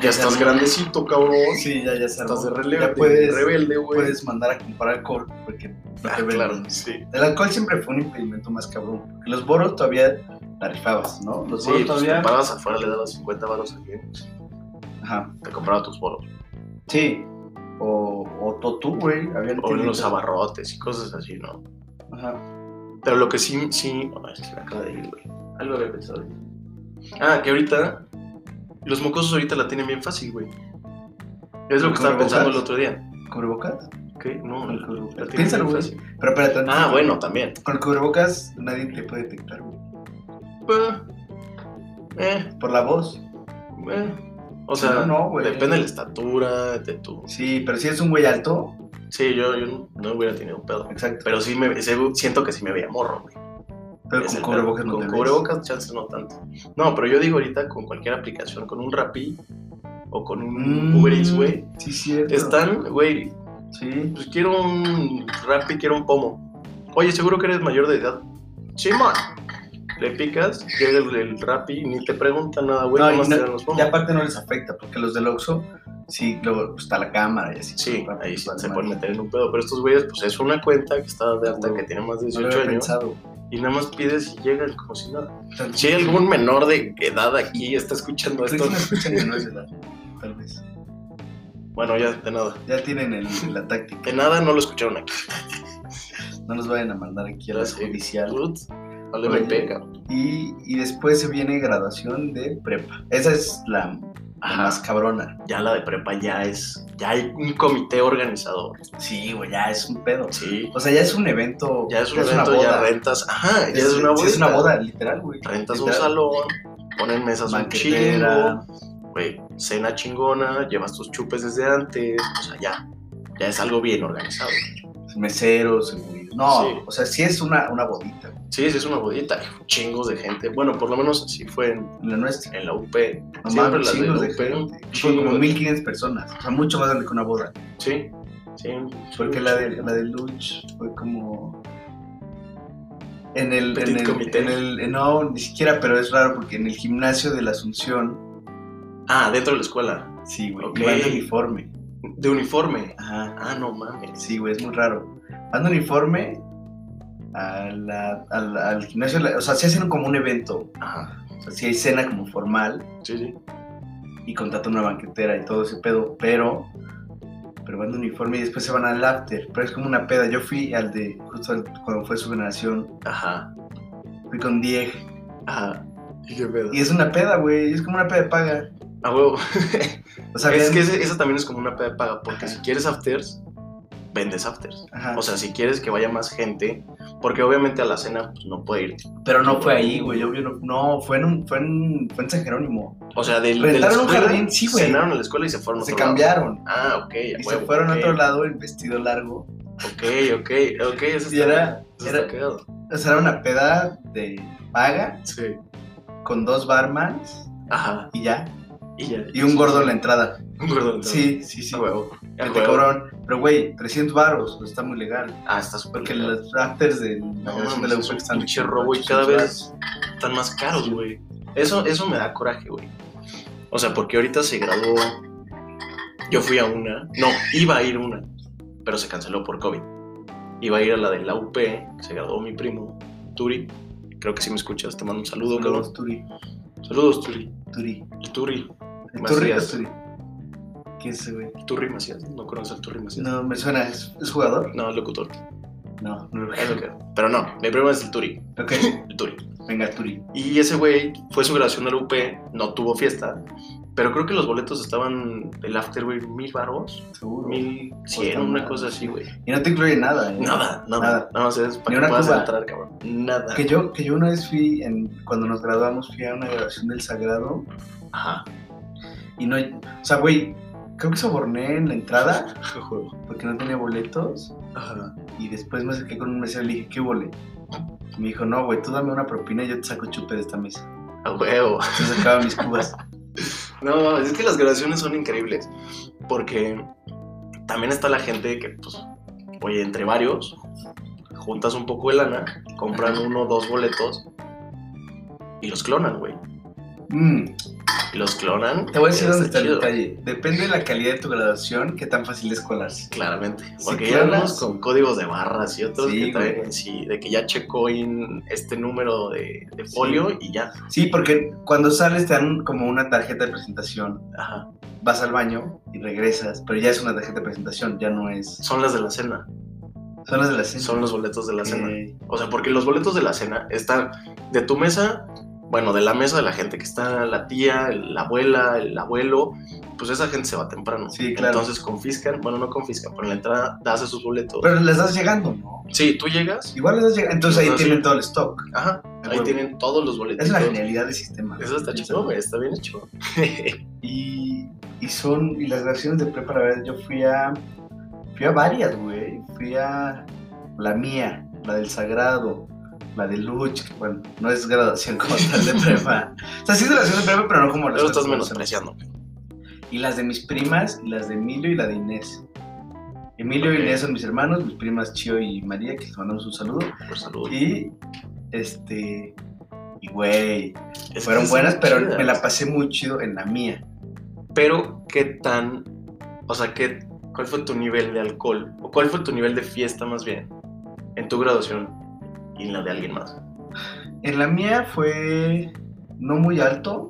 Speaker 1: ya estás grandecito, cabrón.
Speaker 2: Sí, ya, ya se armó.
Speaker 1: Estás de
Speaker 2: Ya
Speaker 1: relevo,
Speaker 2: puedes,
Speaker 1: rebelde, güey.
Speaker 2: puedes mandar a comprar alcohol porque no
Speaker 1: Ah,
Speaker 2: te venden.
Speaker 1: claro, sí.
Speaker 2: El alcohol siempre fue un impedimento más cabrón. porque Los boros todavía la rifabas, ¿no? Los boros
Speaker 1: Sí, pues, te
Speaker 2: todavía.
Speaker 1: parabas afuera, le dabas 50 baros a alguien, pues,
Speaker 2: Ajá.
Speaker 1: te compraba tus bolos.
Speaker 2: Sí. O, o Totú, güey. Habían
Speaker 1: O los
Speaker 2: tienditas.
Speaker 1: abarrotes y cosas así, ¿no?
Speaker 2: Ajá.
Speaker 1: Pero lo que sí, sí. Ay, se me acaba de ir, güey. Algo había pensado. Ah, que ahorita. Los mocosos ahorita la tienen bien fácil, güey. Es lo que estaba
Speaker 2: ¿Cubrebocas?
Speaker 1: pensando el otro día.
Speaker 2: ¿Cubrebocas?
Speaker 1: ¿Qué? No,
Speaker 2: Con
Speaker 1: la-
Speaker 2: el
Speaker 1: la
Speaker 2: cubrebocas.
Speaker 1: tiene
Speaker 2: Piénsalo,
Speaker 1: muy
Speaker 2: güey.
Speaker 1: fácil.
Speaker 2: Pero espérate, antes-
Speaker 1: Ah, bueno, también.
Speaker 2: Con el cubrebocas nadie te puede detectar, güey.
Speaker 1: Eh, eh,
Speaker 2: Por la voz.
Speaker 1: eh. O sea,
Speaker 2: No, no, güey.
Speaker 1: depende de la estatura, de tu...
Speaker 2: Sí, pero si es un güey alto,
Speaker 1: Sí, yo, yo no- no hubiera tenido un pedo.
Speaker 2: exacto.
Speaker 1: Pero sí me, se- siento que sí me veía morro, güey.
Speaker 2: Pero
Speaker 1: Es
Speaker 2: con
Speaker 1: el
Speaker 2: cubrebocas no te
Speaker 1: pedo. Con
Speaker 2: ves.
Speaker 1: cubrebocas, chances no tanto. No, pero yo digo ahorita con cualquier aplicación, con un Rappi o con un
Speaker 2: Mm,
Speaker 1: Uber Eats, güey.
Speaker 2: Sí, cierto.
Speaker 1: Están, güey,
Speaker 2: Sí.
Speaker 1: pues quiero un Rappi, quiero un pomo. Oye, seguro que eres mayor de edad. Simón. Le picas, llega el, el Rappi, ni te pregunta nada, güey,
Speaker 2: No,
Speaker 1: nomás
Speaker 2: y no-
Speaker 1: te dan los pomos.
Speaker 2: Y aparte no les afecta, porque los del Oxxo, sí, luego pues, está la cámara y así.
Speaker 1: Sí,
Speaker 2: Para-
Speaker 1: ahí sí
Speaker 2: para-
Speaker 1: se
Speaker 2: para-
Speaker 1: pueden meter en un pedo. Pero estos güeyes, pues es una cuenta que está de alta,
Speaker 2: Güey,
Speaker 1: que tiene más de
Speaker 2: No lo
Speaker 1: 18
Speaker 2: había
Speaker 1: años.
Speaker 2: pensado.
Speaker 1: Y nada más pides y llegan como si nada.
Speaker 2: Tal-
Speaker 1: Si hay algún menor de edad aquí y está escuchando
Speaker 2: Creo
Speaker 1: esto,
Speaker 2: que no escuchan que no es de edad, tal vez.
Speaker 1: bueno, ya de nada.
Speaker 2: Ya tienen el, la táctica.
Speaker 1: De nada no lo escucharon aquí.
Speaker 2: No nos vayan a mandar aquí a la
Speaker 1: Ya sé.
Speaker 2: judicial.
Speaker 1: Ruth, No le
Speaker 2: Oye.
Speaker 1: me pega.
Speaker 2: Y, y después se viene graduación de prepa. Esa es la, la
Speaker 1: Ajá.
Speaker 2: más cabrona.
Speaker 1: Ya la de prepa ya es. Ya hay un comité organizador.
Speaker 2: Sí, güey, ya es un pedo.
Speaker 1: Sí.
Speaker 2: O sea, ya es un evento.
Speaker 1: Ya es un
Speaker 2: una
Speaker 1: evento, ya
Speaker 2: boda.
Speaker 1: rentas. Ajá, ya
Speaker 2: Es-
Speaker 1: es, una
Speaker 2: sí,
Speaker 1: boda.
Speaker 2: es una boda, literal, güey.
Speaker 1: Rentas un
Speaker 2: Literal.
Speaker 1: salón, ponen mesas un chingo.
Speaker 2: Banquetera.
Speaker 1: güey, cena chingona, llevas tus chupes desde antes, o sea, ya, ya es algo bien organizado.
Speaker 2: meseros, seguridad. No,
Speaker 1: Sí.
Speaker 2: o sea, sí es una, una bodita. güey.
Speaker 1: Sí, sí es una bodita, chingos de gente, bueno, por lo menos así fue en,
Speaker 2: La nuestra.
Speaker 1: en la UP,
Speaker 2: No
Speaker 1: siempre
Speaker 2: mames,
Speaker 1: las de la
Speaker 2: chingos de
Speaker 1: UP, un
Speaker 2: gente. Fue
Speaker 1: chingo
Speaker 2: como
Speaker 1: de-
Speaker 2: 1500 personas. O sea, mucho más grande que una boda.
Speaker 1: sí, sí.
Speaker 2: Porque la de, la de Lunch fue como. En el.
Speaker 1: Petit
Speaker 2: En el,
Speaker 1: comité.
Speaker 2: en el- en- no, ni siquiera, pero es raro porque en el gimnasio de la Asunción.
Speaker 1: Ah, dentro de la escuela,
Speaker 2: Sí, güey.
Speaker 1: Ok.
Speaker 2: iban de uniforme.
Speaker 1: de uniforme.
Speaker 2: Ajá.
Speaker 1: Ah, no mames.
Speaker 2: Sí, güey, es muy raro. Van de uniforme a la- al, al gimnasio. de la- O sea, sí hacen como un evento.
Speaker 1: Ajá,
Speaker 2: O sea, sí hay cena como formal.
Speaker 1: sí, sí.
Speaker 2: y contratan una banquetera y todo ese pedo, pero pero van de uniforme y después se van al after, pero es como una peda. Yo fui al de justo al- cuando fue su generación,
Speaker 1: Ajá,
Speaker 2: fui con Dieg
Speaker 1: ajá. ¿Y qué pedo?
Speaker 2: y es una peda, güey, es como una peda de paga.
Speaker 1: Ah, huevo.
Speaker 2: O sea,
Speaker 1: es
Speaker 2: vean-
Speaker 1: que ese- esa también es como una peda de paga, porque
Speaker 2: Ajá. Ah,
Speaker 1: si quieres afters, vendes afters.
Speaker 2: ajá,
Speaker 1: O sea, si quieres que vaya más gente, porque obviamente a la cena pues, no puede ir.
Speaker 2: pero no fue ahí, güey, yo vi no, no, fue en un- fue en fue en San Jerónimo.
Speaker 1: O sea, del,
Speaker 2: Rentaron
Speaker 1: de la
Speaker 2: un
Speaker 1: escuela,
Speaker 2: jardín, sí, güey.
Speaker 1: Cenaron en la escuela y se fueron a
Speaker 2: Se
Speaker 1: otro lado.
Speaker 2: cambiaron
Speaker 1: Ah, ok.
Speaker 2: y se fueron
Speaker 1: a
Speaker 2: a otro lado en vestido largo.
Speaker 1: Ok, ok, ok. Eso
Speaker 2: Y era
Speaker 1: eso
Speaker 2: era,
Speaker 1: está cagado.
Speaker 2: o sea, era una peda de paga
Speaker 1: Sí.
Speaker 2: con dos barmans
Speaker 1: Ajá.
Speaker 2: y ya,
Speaker 1: Y, ya.
Speaker 2: y un gordo en la entrada.
Speaker 1: Un gordo. entonces.
Speaker 2: Sí, sí, sí.
Speaker 1: A huevo.
Speaker 2: Que
Speaker 1: A
Speaker 2: te
Speaker 1: huevo.
Speaker 2: cobraron, pero güey, 300 varos, pues, está muy legal.
Speaker 1: Ah, está súper
Speaker 2: Porque
Speaker 1: cagado.
Speaker 2: los rafters de la
Speaker 1: No,
Speaker 2: grabación de
Speaker 1: mames,
Speaker 2: la
Speaker 1: es
Speaker 2: UFO
Speaker 1: un
Speaker 2: están.
Speaker 1: pinche robo y cada vez están más caros,
Speaker 2: Sí.
Speaker 1: güey. Eso, eso me da coraje, güey. O sea, porque ahorita se graduó. Yo fui a una. No, iba a ir a una. Pero se canceló por COVID. Iba a ir a la de la UP. que Se graduó mi primo, Turi. Creo que si me escuchas, te mando un saludo, cabrón.
Speaker 2: Saludos, Turi.
Speaker 1: Saludos, Turi.
Speaker 2: Turi.
Speaker 1: El Turi.
Speaker 2: El
Speaker 1: Macías.
Speaker 2: Turri o Turi. ¿Quién es ese güey?
Speaker 1: El Turi Macías. ¿No conoces al Turi Macías?
Speaker 2: No, me suena. ¿Es, es jugador?
Speaker 1: No, el locutor.
Speaker 2: No, no lo
Speaker 1: Es lo que- Pero no, mi primo es el Turi.
Speaker 2: Ok,
Speaker 1: El Turi.
Speaker 2: venga, Turi.
Speaker 1: Y ese güey fue su graduación de la UP, no tuvo fiesta, pero creo que los boletos estaban el after, güey, mil varos,
Speaker 2: Seguro.
Speaker 1: mil
Speaker 2: Pues,
Speaker 1: cien,
Speaker 2: no,
Speaker 1: una
Speaker 2: no.
Speaker 1: cosa así, güey.
Speaker 2: Y no te incluye nada, ¿eh?
Speaker 1: Nada, nada,
Speaker 2: Nada.
Speaker 1: nada. más es
Speaker 2: Ni
Speaker 1: para
Speaker 2: una
Speaker 1: que puedas
Speaker 2: cuba.
Speaker 1: entrar, cabrón. Nada.
Speaker 2: Que yo, que yo una vez fui, en, cuando nos graduamos, fui a una grabación del Sagrado.
Speaker 1: Ajá.
Speaker 2: Y no. O sea, güey, creo que soborné en la entrada
Speaker 1: Qué juego.
Speaker 2: porque no tenía boletos.
Speaker 1: Ajá.
Speaker 2: Y después me acerqué con un mesero y le dije, ¿qué vole? Me dijo, no, güey, tú dame una propina y yo te saco chupe de esta mesa.
Speaker 1: A huevo.
Speaker 2: Yo sacaba mis cubas.
Speaker 1: No, es que las graduaciones son increíbles, porque también está la gente que, pues, oye, entre varios, juntas un poco de lana, compran uno o dos boletos y los clonan, güey.
Speaker 2: Mm,
Speaker 1: Y los clonan.
Speaker 2: te voy a decir
Speaker 1: está
Speaker 2: dónde está
Speaker 1: chido.
Speaker 2: el detalle. Depende de la calidad de tu graduación, qué tan fácil es colarse.
Speaker 1: Claramente.
Speaker 2: Sí,
Speaker 1: Porque ya
Speaker 2: claro.
Speaker 1: hablamos con códigos de barras y otros
Speaker 2: Sí,
Speaker 1: que traen,
Speaker 2: güey.
Speaker 1: sí, de que ya checó en este número de, de folio y ya.
Speaker 2: Sí, porque cuando sales te dan como una tarjeta de presentación.
Speaker 1: Ajá.
Speaker 2: Vas al baño y regresas, pero ya es una tarjeta de presentación, ya no es...
Speaker 1: Son las de la cena.
Speaker 2: Son las de la cena.
Speaker 1: Son los boletos de la cena.
Speaker 2: Eh,
Speaker 1: O sea, porque los boletos de la cena están de tu mesa bueno, de la mesa de la gente que está la tía, el- la abuela, el abuelo, pues esa gente se va temprano.
Speaker 2: Sí, claro.
Speaker 1: Entonces confiscan, bueno, no confiscan, pero en la entrada das esos boletos.
Speaker 2: Pero les das llegando, ¿no?
Speaker 1: sí, tú llegas,
Speaker 2: Igual les das llegando. Entonces ahí
Speaker 1: Ah, sí.
Speaker 2: tienen todo el stock.
Speaker 1: ajá, ahí
Speaker 2: huevo.
Speaker 1: tienen todos los boletos.
Speaker 2: Es la genialidad del sistema.
Speaker 1: Eso está chido, güey, está bien hecho.
Speaker 2: Y, y son, y las grabaciones de prepa, la verdad, yo fui a, fui a varias, güey. Fui a la mía, la del Sagrado, la de Luch, que bueno, no es graduación como tal de prepa. O sea, sí es graduación de prepa, pero no como las
Speaker 1: Pero
Speaker 2: otras
Speaker 1: estás
Speaker 2: que conocemos.
Speaker 1: menospreciando.
Speaker 2: Y las de mis primas, y las de Emilio y la de Inés. Emilio
Speaker 1: Ok.
Speaker 2: y Inés son mis hermanos, mis primas Chio y María, que les mandamos un saludo.
Speaker 1: Por salud.
Speaker 2: Y, este, y güey,
Speaker 1: Es que
Speaker 2: fueron
Speaker 1: son
Speaker 2: buenas, pero
Speaker 1: chidas.
Speaker 2: me la pasé muy chido en la mía.
Speaker 1: Pero, ¿qué tan. O sea, ¿qué, ¿cuál fue tu nivel de alcohol? ¿O cuál fue tu nivel de fiesta más bien? En tu graduación y en la de alguien más.
Speaker 2: En la mía fue no muy alto.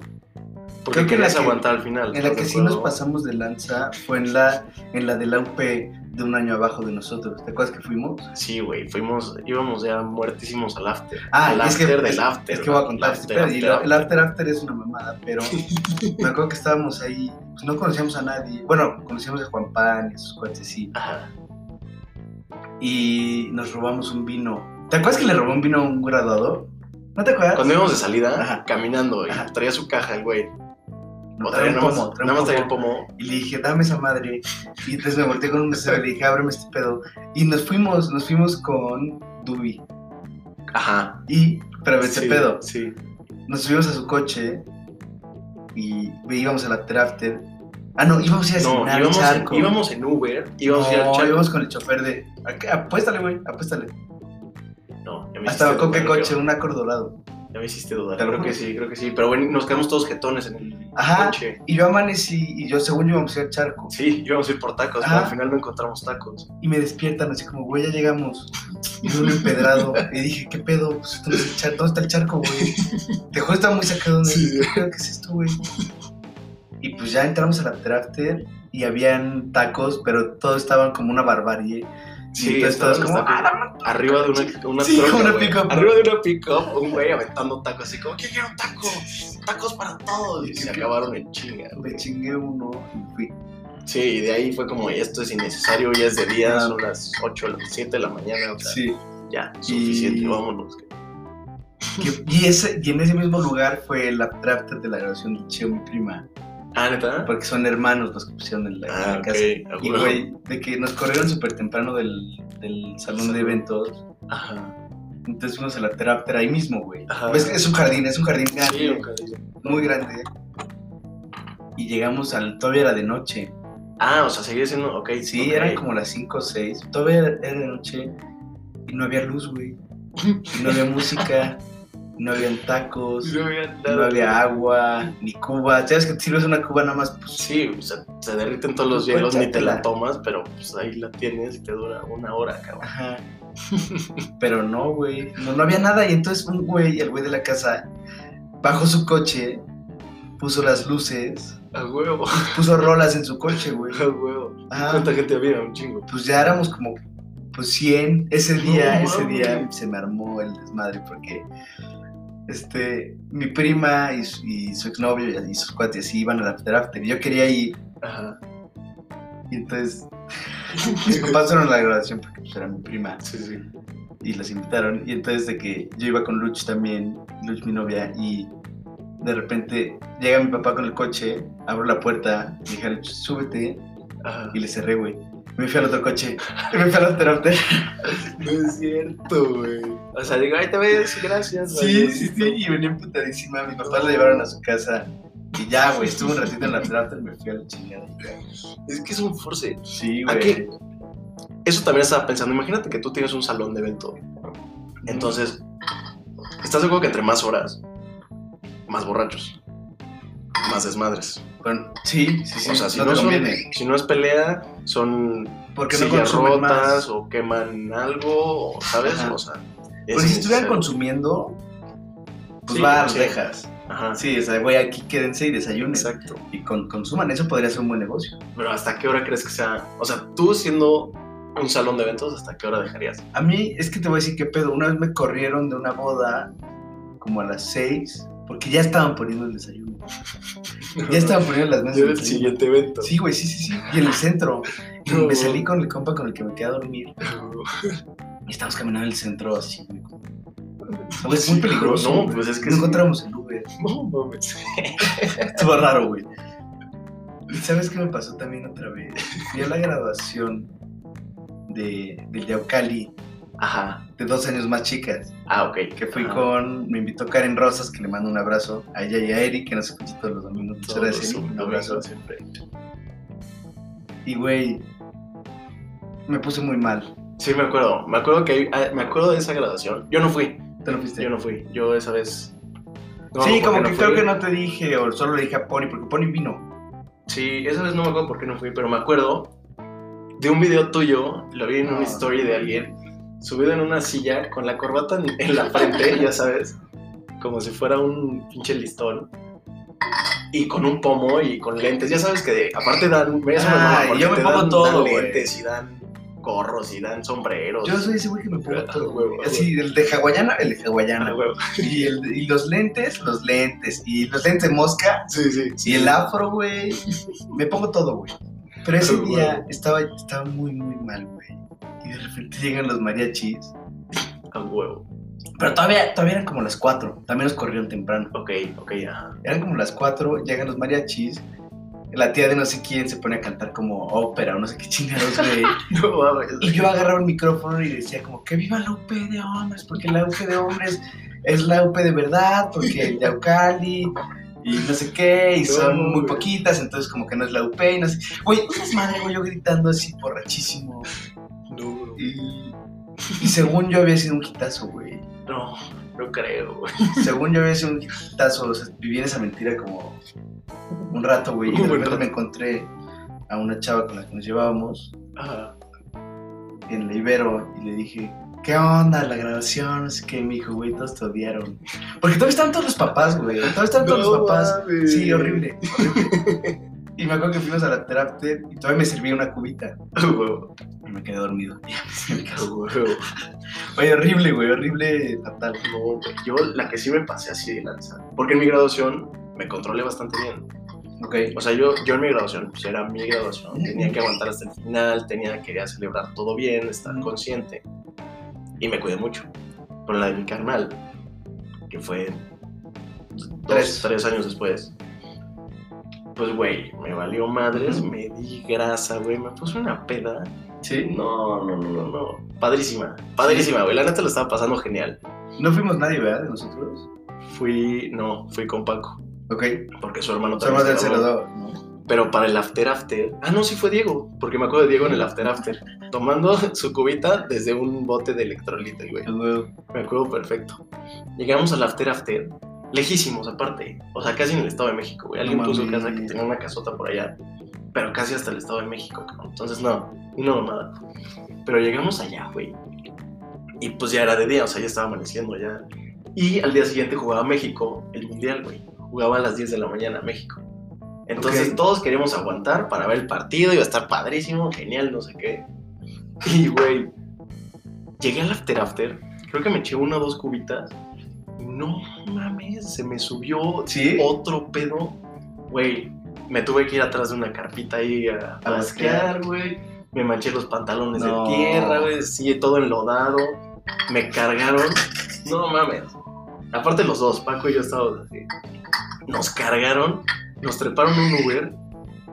Speaker 1: Porque
Speaker 2: Creo que en la
Speaker 1: querías
Speaker 2: que-
Speaker 1: aguantar al final.
Speaker 2: En la
Speaker 1: ¿estás
Speaker 2: que
Speaker 1: de
Speaker 2: sí nos
Speaker 1: acuerdo?
Speaker 2: pasamos de lanza fue en la, en la de la UP de un año abajo de nosotros. ¿Te acuerdas que fuimos?
Speaker 1: Sí, güey, fuimos, íbamos ya muertísimos al after.
Speaker 2: Ah,
Speaker 1: al
Speaker 2: es que-
Speaker 1: after del
Speaker 2: es-
Speaker 1: after.
Speaker 2: es que voy a
Speaker 1: ¿no?
Speaker 2: contar.
Speaker 1: After,
Speaker 2: espera, y
Speaker 1: after,
Speaker 2: lo-
Speaker 1: after.
Speaker 2: el after after es una mamada, pero me acuerdo que estábamos ahí, pues no conocíamos a nadie. Bueno, conocíamos a Juan Pan y a sus cuates, sí.
Speaker 1: Ajá.
Speaker 2: Y nos robamos un vino. ¿Te acuerdas que le robó un vino a un graduado? ¿No te acuerdas?
Speaker 1: Cuando íbamos de salida,
Speaker 2: Ajá.
Speaker 1: caminando, y
Speaker 2: Ajá.
Speaker 1: traía su caja el güey.
Speaker 2: No,
Speaker 1: O
Speaker 2: traía
Speaker 1: traía
Speaker 2: un
Speaker 1: nada más-
Speaker 2: pomo, traía un
Speaker 1: nada más traía el
Speaker 2: pomo.
Speaker 1: pomo.
Speaker 2: Y le dije, dame esa madre. Y entonces me volteé con un mesero y le dije, ábreme este pedo. Y nos fuimos, nos fuimos con Dubi.
Speaker 1: Ajá.
Speaker 2: Y, pero este
Speaker 1: Sí,
Speaker 2: pedo,
Speaker 1: Sí.
Speaker 2: nos subimos a su coche y íbamos al after after. Ah, no, íbamos a ir a
Speaker 1: No,
Speaker 2: cenar al
Speaker 1: íbamos en,
Speaker 2: charco.
Speaker 1: íbamos en Uber, íbamos a ir al
Speaker 2: no,
Speaker 1: charco.
Speaker 2: íbamos con el chofer de. ¿a qué? Apuéstale, güey, apuéstale.
Speaker 1: No, ya me
Speaker 2: Hasta
Speaker 1: hiciste
Speaker 2: con qué
Speaker 1: dudar,
Speaker 2: coche,
Speaker 1: creo.
Speaker 2: un acordolado.
Speaker 1: Ya me hiciste dudar.
Speaker 2: Te lo
Speaker 1: Creo que
Speaker 2: juro.
Speaker 1: sí, creo que sí. Pero bueno, nos quedamos todos jetones en el
Speaker 2: Ajá.
Speaker 1: coche.
Speaker 2: Y yo amanecí y yo, según yo, íbamos a ir al charco.
Speaker 1: Sí, íbamos a ir por tacos,
Speaker 2: Ajá.
Speaker 1: pero al final no encontramos tacos.
Speaker 2: Y me despiertan así como, güey, ya llegamos. Y veo un empedrado. Y dije, ¿qué pedo? Pues, esto no es el char- ¿Dónde está el charco, güey? Dejó está muy sacado. ¿no?
Speaker 1: Sí.
Speaker 2: ¿Qué pedo? ¿Qué es esto, güey? Y pues ya entramos al after after y habían tacos, pero todos estaban como una barbarie.
Speaker 1: Sí,
Speaker 2: entonces todos
Speaker 1: estábamos
Speaker 2: como,
Speaker 1: hasta-
Speaker 2: "Ah,
Speaker 1: Arriba de una, una
Speaker 2: Sí,
Speaker 1: troca,
Speaker 2: como una
Speaker 1: güey.
Speaker 2: pick-up.
Speaker 1: Arriba de una pick-up, un güey aventando tacos así como, ¿quién quiere un taco? Tacos para todos. Y se acabaron en chinga.
Speaker 2: la-
Speaker 1: güey.
Speaker 2: me chingué uno y fui.
Speaker 1: Sí, y de ahí fue como, esto es innecesario, ya es de día, son las 8, las 7 de la mañana, o sea,
Speaker 2: Sí.
Speaker 1: ya, suficiente,
Speaker 2: Y-
Speaker 1: vámonos.
Speaker 2: Que- y, ese, y en ese mismo lugar fue el after after de la grabación de Cheo, mi prima.
Speaker 1: Ah, ¿neta?
Speaker 2: Porque son hermanos los que pusieron en la, en la
Speaker 1: Ah, ok.
Speaker 2: casa.
Speaker 1: ah,
Speaker 2: Pues, Y
Speaker 1: bueno.
Speaker 2: güey, de que nos corrieron súper temprano del, del salón de eventos.
Speaker 1: Ajá.
Speaker 2: Entonces fuimos a la terapia ahí mismo, güey.
Speaker 1: Ajá.
Speaker 2: Ves que es un jardín, es un jardín grande,
Speaker 1: Sí, ok.
Speaker 2: muy grande. Y llegamos al, todavía era de noche.
Speaker 1: Ah, o sea, seguía siendo, ok.
Speaker 2: Sí,
Speaker 1: ok.
Speaker 2: eran como las 5 o 6. Todavía era era de noche y no había luz, güey. Y no había música, no habían tacos,
Speaker 1: No había nada.
Speaker 2: no había agua, ni cuba. ¿Sabes que te sirves una cuba nada más? Pues,
Speaker 1: Sí, o sea, se derriten todos los
Speaker 2: Pues
Speaker 1: hielos, ni te la
Speaker 2: échatela.
Speaker 1: tomas, pero pues ahí la tienes y te dura una hora, cabrón.
Speaker 2: Ajá. Pero no, güey. No, no había nada. Y entonces un güey, el güey de la casa, bajó su coche, puso las luces,
Speaker 1: A huevo,
Speaker 2: puso rolas en su coche, güey.
Speaker 1: a huevo.
Speaker 2: Ajá.
Speaker 1: ¿Cuánta gente había? Un chingo.
Speaker 2: Pues ya éramos como pues 100. Ese día,
Speaker 1: No
Speaker 2: ese
Speaker 1: mames.
Speaker 2: día se me armó el desmadre porque este, mi prima y, su- y su exnovio y sus cuates sí iban al after after. Y yo quería ir.
Speaker 1: Ajá.
Speaker 2: Y entonces mis papás fueron a la grabación porque pues, era mi prima.
Speaker 1: Sí, sí.
Speaker 2: y los invitaron. Y entonces de que yo iba con Luch también, Luch mi novia, y de repente llega mi papá con el coche, abro la puerta, le dije a Luch, súbete,
Speaker 1: Ajá.
Speaker 2: y le cerré, güey. Me fui al otro coche, y me fui al after after.
Speaker 1: No es cierto, güey. O sea, digo, ahí te ves, gracias.
Speaker 2: Sí,
Speaker 1: adiós".
Speaker 2: sí, sí, y venía putadísima, mis papás la llevaron a su casa. Y ya, güey, estuve un ratito en el after after, me fui a la chingada.
Speaker 1: Es que es un force.
Speaker 2: Sí,
Speaker 1: ¿A
Speaker 2: güey.
Speaker 1: qué? Eso también estaba pensando. Imagínate que tú tienes un salón de evento. Entonces, ¿estás seguro que entre más horas, más borrachos, más desmadres?
Speaker 2: Bueno, sí, sí, sí,
Speaker 1: o sea, si
Speaker 2: no,
Speaker 1: no,
Speaker 2: te
Speaker 1: son-
Speaker 2: conviene.
Speaker 1: si no es pelea, son
Speaker 2: Porque no
Speaker 1: sillas
Speaker 2: consumen
Speaker 1: rotas
Speaker 2: más.
Speaker 1: o queman algo, o, ¿sabes?
Speaker 2: Ajá.
Speaker 1: O sea, es
Speaker 2: Porque si estuvieran
Speaker 1: innecesario.
Speaker 2: consumiendo, pues
Speaker 1: Sí,
Speaker 2: va, los
Speaker 1: sí.
Speaker 2: dejas.
Speaker 1: Ajá,
Speaker 2: Sí, o sea, güey, aquí quédense y desayunen.
Speaker 1: exacto.
Speaker 2: Y con- consuman, eso podría ser un buen negocio.
Speaker 1: Pero ¿hasta qué hora crees que sea? O sea, tú siendo un salón de eventos, ¿hasta qué hora dejarías?
Speaker 2: A mí es que te voy a decir qué pedo. Una vez me corrieron de una boda como a las 6, porque ya estaban poniendo el desayuno. Ya estaban poniendo las mesas.
Speaker 1: Yo
Speaker 2: del
Speaker 1: era el
Speaker 2: desayuno.
Speaker 1: siguiente evento.
Speaker 2: Sí, güey, sí, sí, sí. Y en el centro. Y
Speaker 1: No.
Speaker 2: me salí con el compa con el que me quedé a dormir. Y estábamos caminando en el centro así, güey. Güey, es muy peligroso.
Speaker 1: No,
Speaker 2: güey.
Speaker 1: pues es que
Speaker 2: No
Speaker 1: sí.
Speaker 2: encontramos el Uber.
Speaker 1: No, mames.
Speaker 2: Estuvo raro, güey. ¿Y sabes qué me pasó también otra vez? Fui a la graduación de, del Yaucali,
Speaker 1: Ajá.
Speaker 2: de dos años más chicas,
Speaker 1: Ah, ok.
Speaker 2: que fui
Speaker 1: Ah,
Speaker 2: con, me invitó Karen Rosas, que le mando un abrazo, a ella y a Eric, que nos escucha todos los domingos. Muchas
Speaker 1: todos
Speaker 2: gracias,
Speaker 1: los
Speaker 2: Eric, un
Speaker 1: domingos
Speaker 2: abrazo.
Speaker 1: siempre.
Speaker 2: Y, güey, me puse muy mal.
Speaker 1: Sí, me acuerdo. Me acuerdo que hay- ah, me acuerdo de esa graduación. Yo no fui.
Speaker 2: ¿Te lo fuiste?
Speaker 1: Yo no fui. Yo esa vez. No,
Speaker 2: sí,
Speaker 1: porque
Speaker 2: como que
Speaker 1: fui.
Speaker 2: creo que no te dije, o solo le dije a Pony, porque Pony vino.
Speaker 1: Sí, esa vez no me acuerdo por qué no fui, pero me acuerdo de un video tuyo, lo vi en una
Speaker 2: Ah.
Speaker 1: story de alguien, subido en una silla con la corbata en, en la frente, ya sabes, como si fuera un pinche listón. Y con un pomo y con lentes, ya sabes que de- aparte dan. Eso me mama,
Speaker 2: Ay,
Speaker 1: porque
Speaker 2: yo me
Speaker 1: te
Speaker 2: pongo
Speaker 1: dan-
Speaker 2: todo,
Speaker 1: dan
Speaker 2: güey.
Speaker 1: lentes y dan gorros y dan sombreros.
Speaker 2: Yo soy ese güey que me pongo
Speaker 1: Ah,
Speaker 2: todo,
Speaker 1: huevo,
Speaker 2: güey. Así, el de hawaiana, el de
Speaker 1: Ah,
Speaker 2: hawaiana.
Speaker 1: huevo.
Speaker 2: Y, el, y los lentes, los lentes. Y los lentes de mosca,
Speaker 1: Sí, sí.
Speaker 2: Y el afro, güey. Me pongo todo, güey. Pero ese
Speaker 1: Pero,
Speaker 2: día
Speaker 1: güey.
Speaker 2: estaba, estaba muy, muy mal, güey. Y de repente llegan los mariachis.
Speaker 1: A huevo.
Speaker 2: Pero todavía, todavía eran como las cuatro. También los corrieron temprano.
Speaker 1: Ok, ok, ajá.
Speaker 2: Eran como las cuatro, llegan los mariachis. La tía de no sé quién se pone a cantar como ópera o no sé qué chingados, güey.
Speaker 1: No mames.
Speaker 2: Y yo agarraba el micrófono y decía como que viva la UP de hombres, porque la UP de hombres es la UP de verdad, porque el Yaucali y no sé qué, y
Speaker 1: No,
Speaker 2: son muy
Speaker 1: güey.
Speaker 2: poquitas, entonces como que no es la UP y no sé. Güey, es madre, güey, yo gritando así borrachísimo.
Speaker 1: No,
Speaker 2: Y, y según yo había sido un quitazo, güey.
Speaker 1: no, no creo, güey.
Speaker 2: Según yo había sido un quitazo, o sea, viví en esa mentira como un rato, güey. Y de
Speaker 1: Un buen
Speaker 2: repente me
Speaker 1: rato.
Speaker 2: encontré a una chava con la que nos llevábamos.
Speaker 1: Ajá.
Speaker 2: en la Ibero y le dije, ¿qué onda la grabación? Es que mi hijo, güey, todos te odiaron. Porque todavía están todos los papás, güey. Todavía están todos los
Speaker 1: No
Speaker 2: papás.
Speaker 1: mames.
Speaker 2: Sí, horrible, horrible. Y me acuerdo que fuimos a la terapia y todavía me serví una cubita.
Speaker 1: A huevo.
Speaker 2: Y me quedé dormido. Ya me fui a mi
Speaker 1: A
Speaker 2: casa.
Speaker 1: huevo.
Speaker 2: Güey, horrible, güey, horrible, fatal.
Speaker 1: No, güey, yo la que sí me pasé así de lanza. Porque en mi graduación me controlé bastante bien.
Speaker 2: Ok.
Speaker 1: O sea, yo, yo en mi graduación, pues era mi graduación. Tenía que aguantar hasta el final, tenía que celebrar todo bien, estar
Speaker 2: Ujú.
Speaker 1: consciente. Y me cuidé mucho. Pero la de mi carnal, que fue dos,
Speaker 2: Tres.
Speaker 1: tres, años después. Pues, güey, me valió madres, me di grasa, güey, me puse una peda.
Speaker 2: Sí.
Speaker 1: No, no, no, no, no. Padrísima, padrísima, güey. La neta lo estaba pasando genial.
Speaker 2: No fuimos nadie, ¿verdad? De nosotros.
Speaker 1: Fui, no, fui con Paco,
Speaker 2: Ok.
Speaker 1: porque su hermano
Speaker 2: Somos
Speaker 1: también
Speaker 2: del
Speaker 1: se graduó.
Speaker 2: 02. ¿no?
Speaker 1: Pero para el after after, ah no, sí fue Diego, porque me acuerdo de Diego en el after after, tomando su cubita desde un bote de electrolito, güey.
Speaker 2: El huevo.
Speaker 1: Me acuerdo perfecto. Llegamos al after after, lejísimos aparte, o sea, casi en el Estado de México, güey. Alguien
Speaker 2: No
Speaker 1: puso
Speaker 2: mames.
Speaker 1: casa que tenía una casota por allá, pero casi hasta el Estado de México, cabrón. Entonces, no, una mamada. Pero llegamos allá, güey. Y pues ya era de día, o sea, ya estaba amaneciendo ya. Y al día siguiente jugaba México el Mundial, güey. Jugaba a las 10 de la mañana México. Entonces
Speaker 2: Ok.
Speaker 1: todos queríamos aguantar para ver el partido, iba a estar padrísimo, genial, no sé qué. Y, güey, llegué al after after, creo que me eché una o dos cubitas. No mames, se me subió
Speaker 2: ¿Sí?
Speaker 1: otro pedo, güey. Me tuve que ir atrás de una carpita ahí a
Speaker 2: A
Speaker 1: basquear, güey. Me manché los pantalones
Speaker 2: No.
Speaker 1: de tierra, güey. Sí, todo enlodado. Me cargaron. No mames. Aparte los dos, Paco y yo estábamos así. Nos cargaron, nos treparon un Uber.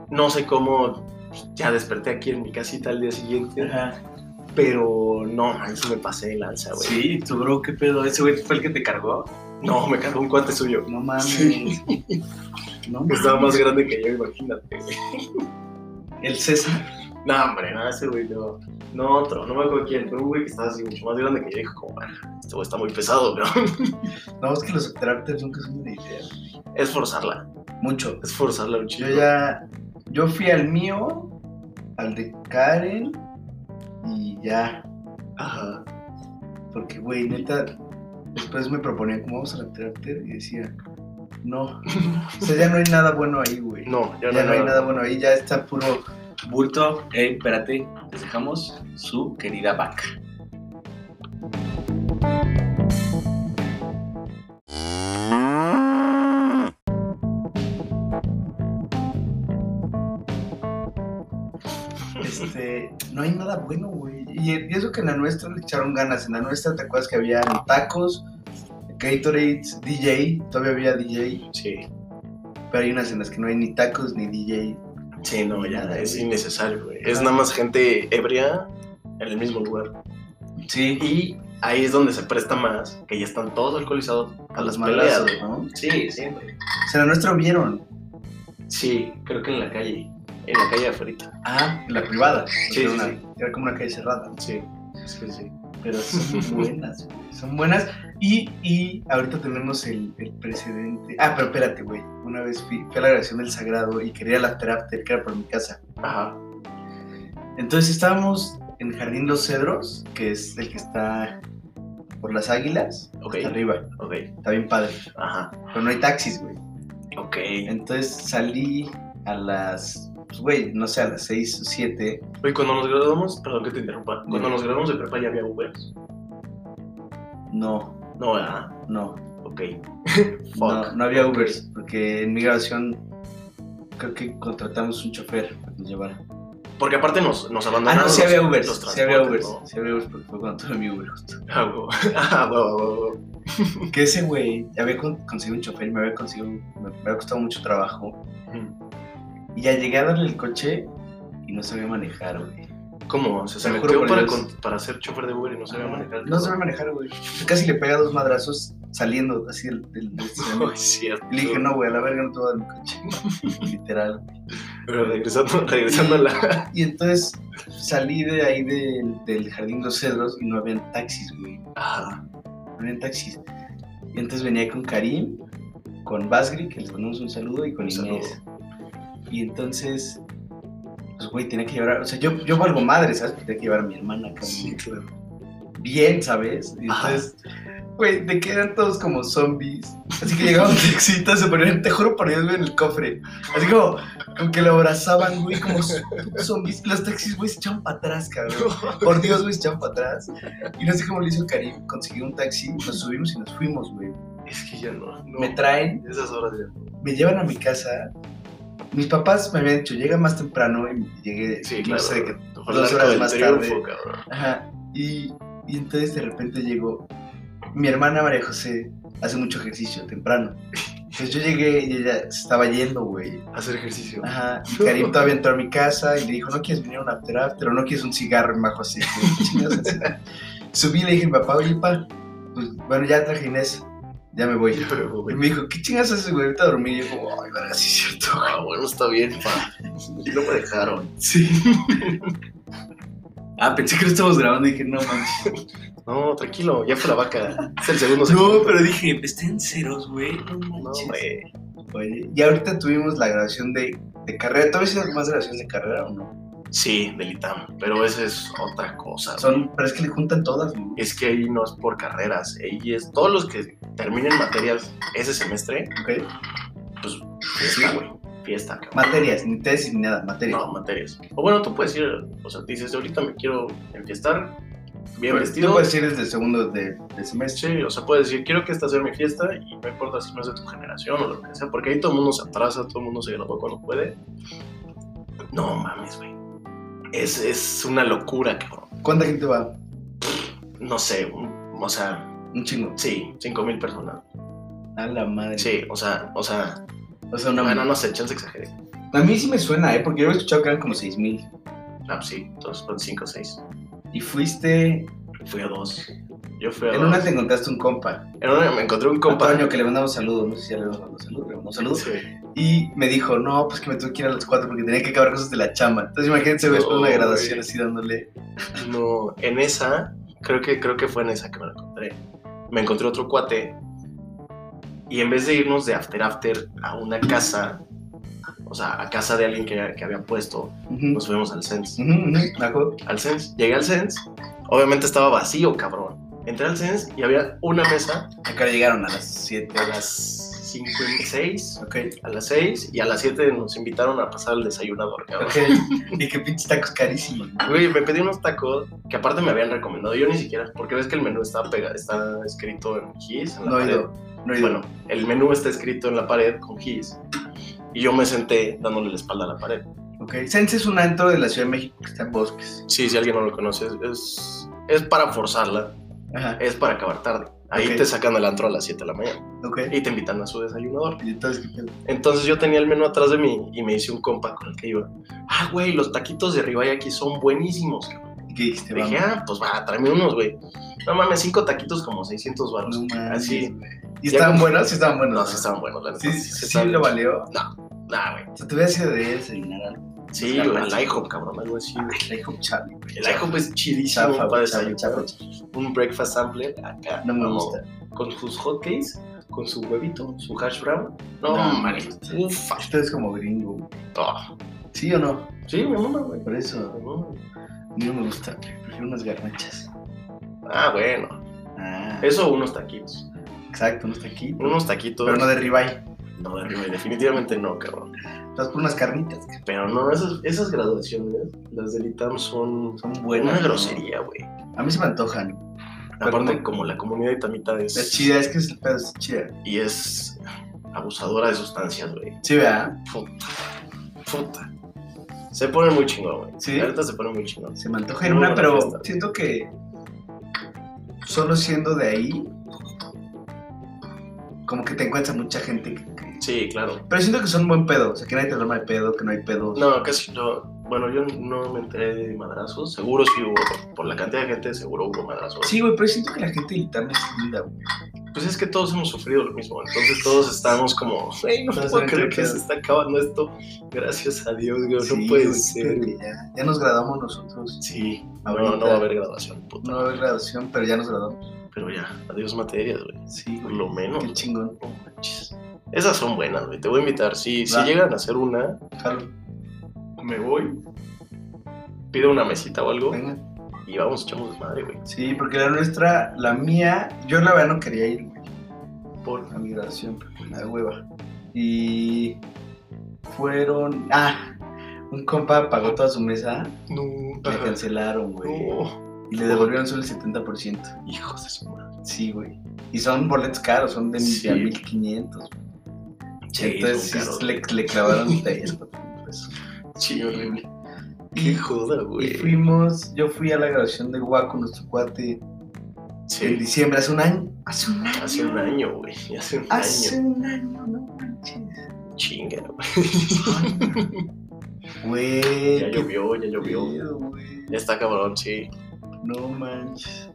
Speaker 1: No sé cómo ya desperté aquí en mi casita al día siguiente.
Speaker 2: Ajá.
Speaker 1: Pero no, ahí sí me pasé de lanza, güey.
Speaker 3: Sí, tu bro, qué pedo. Ese güey fue el que te cargó.
Speaker 1: No, me cargó un cuate suyo.
Speaker 2: No mames.
Speaker 1: Sí.
Speaker 2: No
Speaker 1: que
Speaker 2: mames.
Speaker 1: Estaba más grande que yo, imagínate, güey.
Speaker 2: El César.
Speaker 1: No, hombre, no, ese güey no. No, otro, no me acuerdo quién, pero un güey que estaba así mucho más grande que yo, dijo como, "Ah, este güey está muy pesado, pero
Speaker 2: No, es que los terapeutas nunca son una idea.
Speaker 1: es forzarla,
Speaker 2: Mucho.
Speaker 1: es forzarla un chico.
Speaker 2: Yo ya. Yo fui al mío, al de Karen, y ya.
Speaker 1: Ajá.
Speaker 2: Porque, güey, neta, después me proponían como vamos a la terapia y decía, no. O sea, ya no hay nada bueno ahí, güey.
Speaker 1: No, yo
Speaker 2: ya no hay nada bueno ahí, ya está puro.
Speaker 3: Bulto, eh, espérate, les dejamos su querida vaca.
Speaker 2: Este, no hay nada bueno, güey. Y, y eso que en la nuestra le echaron ganas. En la nuestra, ¿te acuerdas que había tacos, Gatorades, DJ? Todavía había DJ.
Speaker 1: Sí,
Speaker 2: Pero hay unas en las que no hay ni tacos ni DJ.
Speaker 1: sí, no, ya es innecesario, güey. Es nada más gente ebria en el mismo lugar.
Speaker 2: Sí.
Speaker 1: Y ahí es donde se presta más, que ya están todos alcoholizados a las peleas,
Speaker 2: malazos,
Speaker 1: güey.
Speaker 2: ¿no? O
Speaker 1: Sí, siempre.
Speaker 2: sea, en la nuestra vieron.
Speaker 1: Sí, creo que en la calle, en la calle de afuera.
Speaker 2: Ah, en la privada.
Speaker 1: Sí,
Speaker 2: Era
Speaker 1: sí,
Speaker 2: una-
Speaker 1: sí.
Speaker 2: Era como una calle cerrada.
Speaker 1: Sí, sí, sí.
Speaker 2: Pero son buenas, güey, Son buenas. Y, y ahorita tenemos el, el precedente. Ah, pero espérate, güey. Una vez fui, fui a la grabación del Sagrado y quería la terapia que era por mi casa.
Speaker 1: Ajá.
Speaker 2: Entonces estábamos en Jardín Los Cedros, que es el que está por las águilas.
Speaker 1: Ok.
Speaker 2: hasta arriba.
Speaker 1: Ok,
Speaker 2: Está bien padre.
Speaker 1: ajá.
Speaker 2: Pero no hay taxis, güey.
Speaker 1: Ok.
Speaker 2: Entonces salí a las. Pues, güey, no sé, a las 6 o 7.
Speaker 1: Oye, cuando nos graduamos, perdón que te interrumpa, cuando
Speaker 2: Dime.
Speaker 1: nos graduamos de prepa ya había Ubers.
Speaker 2: No,
Speaker 1: No, ¿verdad?
Speaker 2: no.
Speaker 1: Ok. Fuck.
Speaker 2: No, no había
Speaker 1: Ok.
Speaker 2: Ubers, porque en mi grabación creo que contratamos un chofer para que nos llevara.
Speaker 1: Porque aparte nos, nos
Speaker 2: Ah,
Speaker 1: abandonaron.
Speaker 2: no, sí
Speaker 1: los-
Speaker 2: había Ubers,
Speaker 1: los
Speaker 2: sí había Ubers,
Speaker 1: transportes,
Speaker 2: sí había Ubers, porque fue cuando tuve mi Uber justo.
Speaker 1: ¿no? Ah, huevo. Ah, huevo, huevo, huevo.
Speaker 2: Que ese güey ya había con- conseguido un chofer y me había conseguido, me, me había costado mucho trabajo.
Speaker 1: Mm.
Speaker 2: Y ya llegué a darle el coche y no sabía manejar, güey.
Speaker 1: ¿Cómo? O sea, se
Speaker 2: Te juro
Speaker 1: metió
Speaker 2: por
Speaker 1: para,
Speaker 2: Dios. Ah,
Speaker 1: con- para ser chofer de Uber y no sabía manejar.
Speaker 2: No sabía manejar, güey. Casi le pega dos madrazos saliendo así del, del, del estacionamiento.
Speaker 1: No, es cierto.
Speaker 2: Y le dije, no, güey, a la verga no te voy a dar mi coche. Literal.
Speaker 1: Pero regresando, regresando a la.
Speaker 2: Y entonces salí de ahí del, del Jardín Los Cedros y no habían taxis, güey.
Speaker 1: Ah,
Speaker 2: No habían taxis. Y entonces venía con Karim, con Basgri, que les mandamos un saludo, y con
Speaker 1: Un saludo.
Speaker 2: Inés. Y entonces, pues, güey, tenía que llevar. a- O sea, yo, yo valgo madre, ¿sabes? Porque tenía que llevar a mi hermana cabrón.
Speaker 1: sí, claro.
Speaker 2: bien, ¿sabes? Y
Speaker 1: Ajá.
Speaker 2: entonces, güey, te quedan todos como zombies. Así que llegaban taxitas, se ponían, te juro por Dios, güey, en el cofre. Así como, como que lo abrazaban, güey, como s- zombies. Los taxis, güey, se echaban para atrás, cabrón. Por Dios, güey, se echaban para atrás. Y no sé cómo le hizo Karim, consiguió un taxi, nos subimos y nos fuimos, güey.
Speaker 1: Es que ya no. no.
Speaker 2: Me traen,
Speaker 1: Esas horas ya.
Speaker 2: me llevan a mi casa. Mis papás me habían dicho, llega más temprano y llegué,
Speaker 1: Sí,
Speaker 2: no
Speaker 1: claro.
Speaker 2: sé qué
Speaker 1: Ojalá
Speaker 2: dos
Speaker 1: el
Speaker 2: horas
Speaker 1: del
Speaker 2: más
Speaker 1: triunfo, cabrón.
Speaker 2: Ajá. Y, y entonces de repente llegó mi hermana María José, hace mucho ejercicio, temprano. Entonces yo llegué y ella se estaba yendo, güey.
Speaker 1: Hacer ejercicio.
Speaker 2: Ajá. Y Karim todavía entró a mi casa y le dijo, ¿no quieres venir a un after after o no quieres un cigarro, majo así? Chingados así. Subí y le dije, papá, oye, pa, pues bueno, ya traje a Inés, ya me voy.
Speaker 1: Pero,
Speaker 2: Y
Speaker 1: güey,
Speaker 2: me dijo, ¿qué chingas haces, güey? Ahorita a dormir. Y yo como, ay, verga, sí es cierto.
Speaker 1: Ah, bueno, está bien, pa. Y no me dejaron.
Speaker 2: Sí. ah, pensé que lo estábamos grabando y dije, no, mames.
Speaker 1: No, tranquilo, ya fue la vaca. Es el segundo
Speaker 3: No,
Speaker 1: segmento.
Speaker 3: pero dije, estén ceros, güey. No,
Speaker 1: No,
Speaker 3: manches.
Speaker 1: güey.
Speaker 2: Oye, y ahorita tuvimos la grabación de, de carrera. ¿Tú habías más grabaciones de carrera o no?
Speaker 1: Sí, del ITAM, pero esa es otra cosa. güey.
Speaker 2: Son, pero es que le juntan todas, ¿no?
Speaker 1: Es que ahí no es por carreras, ahí es todos los que terminen materias ese semestre,
Speaker 2: Ok.
Speaker 1: pues fiesta, güey. Fiesta, cabrón.
Speaker 2: Materias, ni tesis ni nada, materias.
Speaker 1: No, materias. O bueno, tú puedes ir, o sea, dices, ahorita me quiero enfiestar,
Speaker 2: Pero
Speaker 1: bien vestido.
Speaker 2: Tú puedes ir desde segundo de, de semestre.
Speaker 1: Sí, o sea, puedes decir, quiero que esta sea mi fiesta y no importa si no es de tu generación o lo que sea, porque ahí todo el mundo se atrasa, todo el mundo se gradúa cuando puede. No mames, güey. Es, es una locura, cabrón.
Speaker 2: ¿Cuánta gente va?
Speaker 1: No sé, un- o sea,
Speaker 2: Un chingo.
Speaker 1: Sí, 5 mil personas.
Speaker 2: A la madre.
Speaker 1: Sí, o sea, o sea,
Speaker 2: O sea, una
Speaker 1: no, bueno, no sé, chance exageré.
Speaker 2: A mí sí me suena, ¿eh? Porque yo había escuchado que eran como 6000.
Speaker 1: Ah, pues sí, entonces son 5 o 6.
Speaker 2: Y fuiste.
Speaker 1: Fui a dos. Yo fui a
Speaker 2: En
Speaker 1: dos.
Speaker 2: una te encontraste un compa.
Speaker 1: En una me encontré un
Speaker 2: Compañero
Speaker 1: compañero.
Speaker 2: que le mandamos saludos. No sé si ya le mandamos saludos. Le mandamos saludos.
Speaker 1: Sí.
Speaker 2: Y me dijo, no, pues que me tuve que ir a las 4 porque tenía que acabar cosas de la chamba. Entonces imagínense, güey, después de una
Speaker 1: Uy.
Speaker 2: graduación así dándole.
Speaker 1: No, en esa, creo que, creo que fue en esa que me lo encontré. Me encontré otro cuate. Y en vez de irnos de after after a una casa, o sea, a casa de alguien que, que había puesto,
Speaker 2: Ujú,
Speaker 1: nos fuimos al Sense.
Speaker 2: ujú, ujú, me acuerdo.
Speaker 1: Al Sense, llegué al Sense. Obviamente estaba vacío, cabrón. Entré al Sense y había una mesa
Speaker 2: Acá llegaron a las 7
Speaker 1: a las 5 y 6,
Speaker 2: Ok,
Speaker 1: a las 6 y a las 7 nos invitaron a pasar al desayunador, cabrón.
Speaker 2: ok. y que pinches tacos carísimos.
Speaker 1: Güey, me pedí unos tacos que aparte me habían recomendado, yo ni siquiera, porque ves que el menú está, pega, está escrito en GIS, en la
Speaker 2: No he
Speaker 1: pared.
Speaker 2: ido, no he ido.
Speaker 1: Bueno, el menú está escrito en la pared con GIS y yo me senté dándole la espalda a la pared.
Speaker 2: ok. Ok. Sense es un antro de la Ciudad de México que está en bosques.
Speaker 1: Sí, si alguien no lo conoce, es, es para forzarla,
Speaker 2: Ajá.
Speaker 1: es para acabar tarde. Ahí
Speaker 2: Ok.
Speaker 1: te sacan del antro a las 7 de la mañana
Speaker 2: Ok.
Speaker 1: y te invitan a su desayunador.
Speaker 2: Y entonces, ¿qué pedo?
Speaker 1: Entonces yo tenía el menú atrás de mí y me hice un compa con el que iba. Ah, güey, los taquitos de ribeye aquí son buenísimos.
Speaker 2: ¿Y qué dijiste?
Speaker 1: Le dije,
Speaker 2: Vamos.
Speaker 1: ah, pues va, tráeme unos, güey. No mames, cinco taquitos como 600 baros.
Speaker 2: No mames,
Speaker 1: Así.
Speaker 2: güey. ¿Y estaban
Speaker 1: Ya-
Speaker 2: buenos? Sí, estaban buenos.
Speaker 1: No, sí estaban buenos, la neta.
Speaker 2: Sí,
Speaker 1: sí
Speaker 2: sí
Speaker 1: estaban-
Speaker 2: lo valió.
Speaker 1: Nah, güey.
Speaker 2: O sea, te hubieras ido de desayunar algo.
Speaker 1: Sí,
Speaker 2: Las
Speaker 1: güey,
Speaker 2: garnachas.
Speaker 1: el IHOP, cabrón, algo así, güey.
Speaker 2: El IHOP Charlie.
Speaker 1: El IHOP es chidísimo
Speaker 2: Chafa,
Speaker 1: para
Speaker 2: güey, chafa,
Speaker 1: desayunar.
Speaker 2: chafa,
Speaker 1: Un breakfast sample acá.
Speaker 2: No me
Speaker 1: vamos,
Speaker 2: gusta.
Speaker 1: Con sus hotcakes, con su huevito, su hash brown. No,
Speaker 2: No,
Speaker 1: mames,
Speaker 2: sí.
Speaker 1: ufa.
Speaker 2: Esto es como gringo. güey.
Speaker 1: Ah,
Speaker 2: ¿Sí o no?
Speaker 1: Sí, mi mamá, güey.
Speaker 2: Por eso
Speaker 1: mi mamá.
Speaker 2: a mí no me gusta. güey. Prefiero unas garnachas.
Speaker 1: Ah, bueno.
Speaker 2: Ah,
Speaker 1: Eso, unos taquitos.
Speaker 2: exacto, unos taquitos.
Speaker 1: Unos taquitos.
Speaker 2: Pero no de ribeye.
Speaker 1: No, de arriba, definitivamente no, cabrón.
Speaker 2: Estás por unas carnitas, que
Speaker 1: Pero no, esas, esas graduaciones, las del ITAM son
Speaker 2: son buenas.
Speaker 1: una
Speaker 2: ¿no?
Speaker 1: grosería, güey.
Speaker 2: A mí se me antojan.
Speaker 1: Aparte,
Speaker 2: no.
Speaker 1: como la comunidad itamita es,
Speaker 2: La chida, es que es el pedo, es chida.
Speaker 1: y es abusadora de sustancias, güey.
Speaker 2: Sí, ¿verdad?
Speaker 1: Puta. Puta. Se pone muy chingón, güey.
Speaker 2: Sí.
Speaker 1: La neta se pone muy chingón.
Speaker 2: Se me antoja ir
Speaker 1: Muy
Speaker 2: una,
Speaker 1: buena
Speaker 2: pero
Speaker 1: fiesta.
Speaker 2: siento que solo siendo de ahí, como que te encuentras a mucha gente. que- que-
Speaker 1: Sí, claro.
Speaker 2: Pero siento que son buen pedo, o sea, que nadie te arma de pedo, que no hay pedo.
Speaker 1: No, casi no. Bueno, yo no me enteré de madrazos. Seguro sí hubo. Por la cantidad de gente, seguro hubo madrazos.
Speaker 2: Sí, güey, pero siento que la gente del ITAM es linda, güey.
Speaker 1: Pues es que todos hemos sufrido lo mismo. Entonces todos estamos como, güey, no
Speaker 2: Todos
Speaker 1: puedo
Speaker 2: saben
Speaker 1: creer
Speaker 2: qué
Speaker 1: que
Speaker 2: pedo".
Speaker 1: se está acabando esto. Gracias a Dios, güey.
Speaker 2: Sí,
Speaker 1: no puede
Speaker 2: güey,
Speaker 1: ser.
Speaker 2: creo que Ya, ya nos graduamos nosotros.
Speaker 1: Sí.
Speaker 2: Ahorita.
Speaker 1: No, no va a haber graduación, puta.
Speaker 2: No va a haber graduación, pero ya nos graduamos.
Speaker 1: Pero ya, adiós materias, güey.
Speaker 2: Sí,
Speaker 1: Por
Speaker 2: güey.
Speaker 1: lo menos.
Speaker 2: Qué chingón.
Speaker 1: No manches. Esas son buenas, güey. Te voy a invitar. Si, si
Speaker 2: Va.
Speaker 1: llegan a hacer una,
Speaker 2: Jalo,
Speaker 1: me voy. Pido una mesita o algo
Speaker 2: venga.
Speaker 1: y vamos, echamos desmadre, güey.
Speaker 2: Sí, porque la nuestra, la mía, yo la verdad no quería ir, güey,
Speaker 1: Por...
Speaker 2: a mi graduación, porque me da hueva. Y fueron, ah, un compa pagó toda su mesa,
Speaker 1: No,
Speaker 2: le
Speaker 1: ajá.
Speaker 2: cancelaron, güey.
Speaker 1: No.
Speaker 2: Y le devolvieron solo el 70%.
Speaker 1: Hijos de su madre.
Speaker 2: Sí, güey. Y son boletos caros, son de
Speaker 1: Sí.
Speaker 2: a 1500.
Speaker 1: Sí,
Speaker 2: Entonces
Speaker 1: son
Speaker 2: sí,
Speaker 1: caros.
Speaker 2: le, le clavaron 300 pesos.
Speaker 1: Sí, horrible. Qué
Speaker 2: Y,
Speaker 1: joda,
Speaker 2: y
Speaker 1: güey.
Speaker 2: fuimos, yo fui a la graduación de Guaco, nuestro cuate, en
Speaker 1: Sí,
Speaker 2: diciembre, hace un año. Hace un año.
Speaker 1: hace un año, güey. Hace un
Speaker 2: Hace
Speaker 1: año.
Speaker 2: un año, no manches.
Speaker 1: Chinga, güey.
Speaker 2: Güey.
Speaker 1: Ya
Speaker 2: qué
Speaker 1: llovió, ya llovió.
Speaker 2: pedo, güey.
Speaker 1: Ya está cabrón, sí.
Speaker 2: No manches.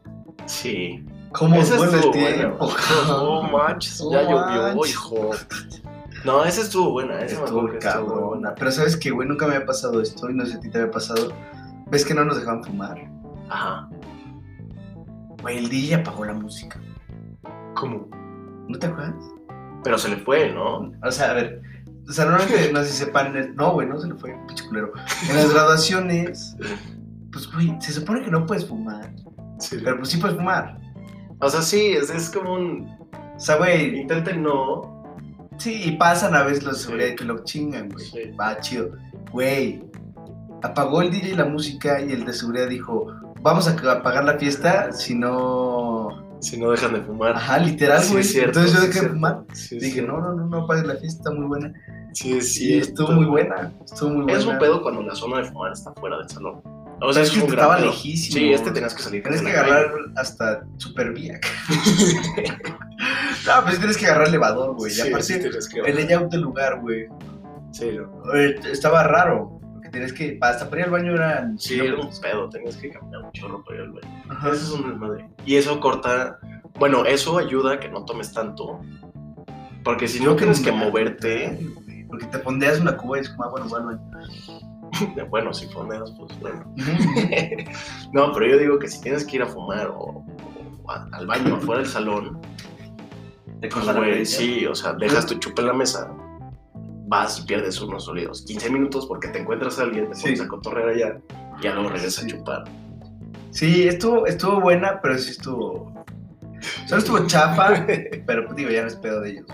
Speaker 1: Sí.
Speaker 2: ¿Cómo
Speaker 1: Esa
Speaker 2: vuelve el
Speaker 1: estuvo buena,
Speaker 2: tiempo?
Speaker 1: güey. No manches,
Speaker 2: No
Speaker 1: ya llovió,
Speaker 2: manches.
Speaker 1: hijo. No, esa estuvo buena, esa me acuerdo
Speaker 2: Estuvo
Speaker 1: que estuvo
Speaker 2: cabrona.
Speaker 1: buena.
Speaker 2: Pero sabes que, güey, nunca me había pasado esto y no sé si te había pasado. ¿Ves que no nos dejaban fumar?
Speaker 1: Ajá.
Speaker 2: Güey, el DJ apagó la música.
Speaker 1: ¿Cómo?
Speaker 2: ¿No te acuerdas?
Speaker 1: Pero se le fue, ¿no?
Speaker 2: O sea, a ver. O sea, normalmente no sé si sepan. el- No, güey, no se le fue, pinche culero. En las graduaciones, pues, güey, se supone que no puedes fumar.
Speaker 1: Sí.
Speaker 2: Pero pues sí puedes fumar.
Speaker 1: O sea, sí, es, es como un.
Speaker 2: O sea, güey,
Speaker 1: Intenten no.
Speaker 2: Sí, y pasan a veces los de
Speaker 1: Sí.
Speaker 2: seguridad que lo chingan, güey.
Speaker 1: Sí.
Speaker 2: Va, chido. Güey, apagó el DJ la música y el de seguridad dijo, vamos a ca- apagar la fiesta, si no...
Speaker 1: Si no dejan de fumar.
Speaker 2: Ajá, literal,
Speaker 1: Sí,
Speaker 2: Ah, güey.
Speaker 1: es cierto,
Speaker 2: Entonces yo
Speaker 1: sí,
Speaker 2: dejé
Speaker 1: es
Speaker 2: de
Speaker 1: cierto.
Speaker 2: fumar.
Speaker 1: Sí, es
Speaker 2: Dije,
Speaker 1: cierto.
Speaker 2: no, no, no, no apagues la fiesta, está muy buena.
Speaker 1: Sí, es
Speaker 2: Y
Speaker 1: cierto.
Speaker 2: estuvo muy buena, estuvo muy buena.
Speaker 1: Es un pedo cuando la zona de fumar está fuera del salón. O
Speaker 2: O
Speaker 1: sea,
Speaker 2: sea, es que
Speaker 1: un
Speaker 2: este
Speaker 1: gran
Speaker 2: estaba
Speaker 1: pedo.
Speaker 2: lejísimo.
Speaker 1: Sí, este tenías que salir.
Speaker 2: Tienes
Speaker 1: de
Speaker 2: que
Speaker 1: la calle.
Speaker 2: agarrar hasta Supervía. no, pues tienes que agarrar elevador, güey. Y
Speaker 1: Sí,
Speaker 2: aparte,
Speaker 1: sí, tenías que
Speaker 2: el
Speaker 1: agarrar.
Speaker 2: layout del lugar, güey.
Speaker 1: Sí, no.
Speaker 2: Eh, estaba raro. Porque tenías que. Hasta para ir al baño eran.
Speaker 1: Sí, era un pedo. Tenías que cambiar un chorro para ir al baño.
Speaker 2: Ajá.
Speaker 1: Eso es un desmadre. Y eso corta. Bueno, eso ayuda a que no tomes tanto. Porque si no tienes que moverte,
Speaker 2: Porque te pondrías una cuba y es como, ah, bueno, bueno.
Speaker 1: bueno, si pones, pues bueno. No, pero yo digo que si tienes que ir a fumar o, o a- al baño afuera del salón,
Speaker 2: Te
Speaker 1: pues güey, sí, o sea, dejas tu chupa en la mesa, vas y pierdes unos sólidos 15 minutos porque te encuentras a alguien, te
Speaker 2: Sí.
Speaker 1: pones a cotorrear allá y ya luego regresas
Speaker 2: Sí.
Speaker 1: a chupar.
Speaker 2: Sí, estuvo, estuvo buena, pero sí estuvo. Solo estuvo chafa, pero pues, digo, ya no es pedo de ellos.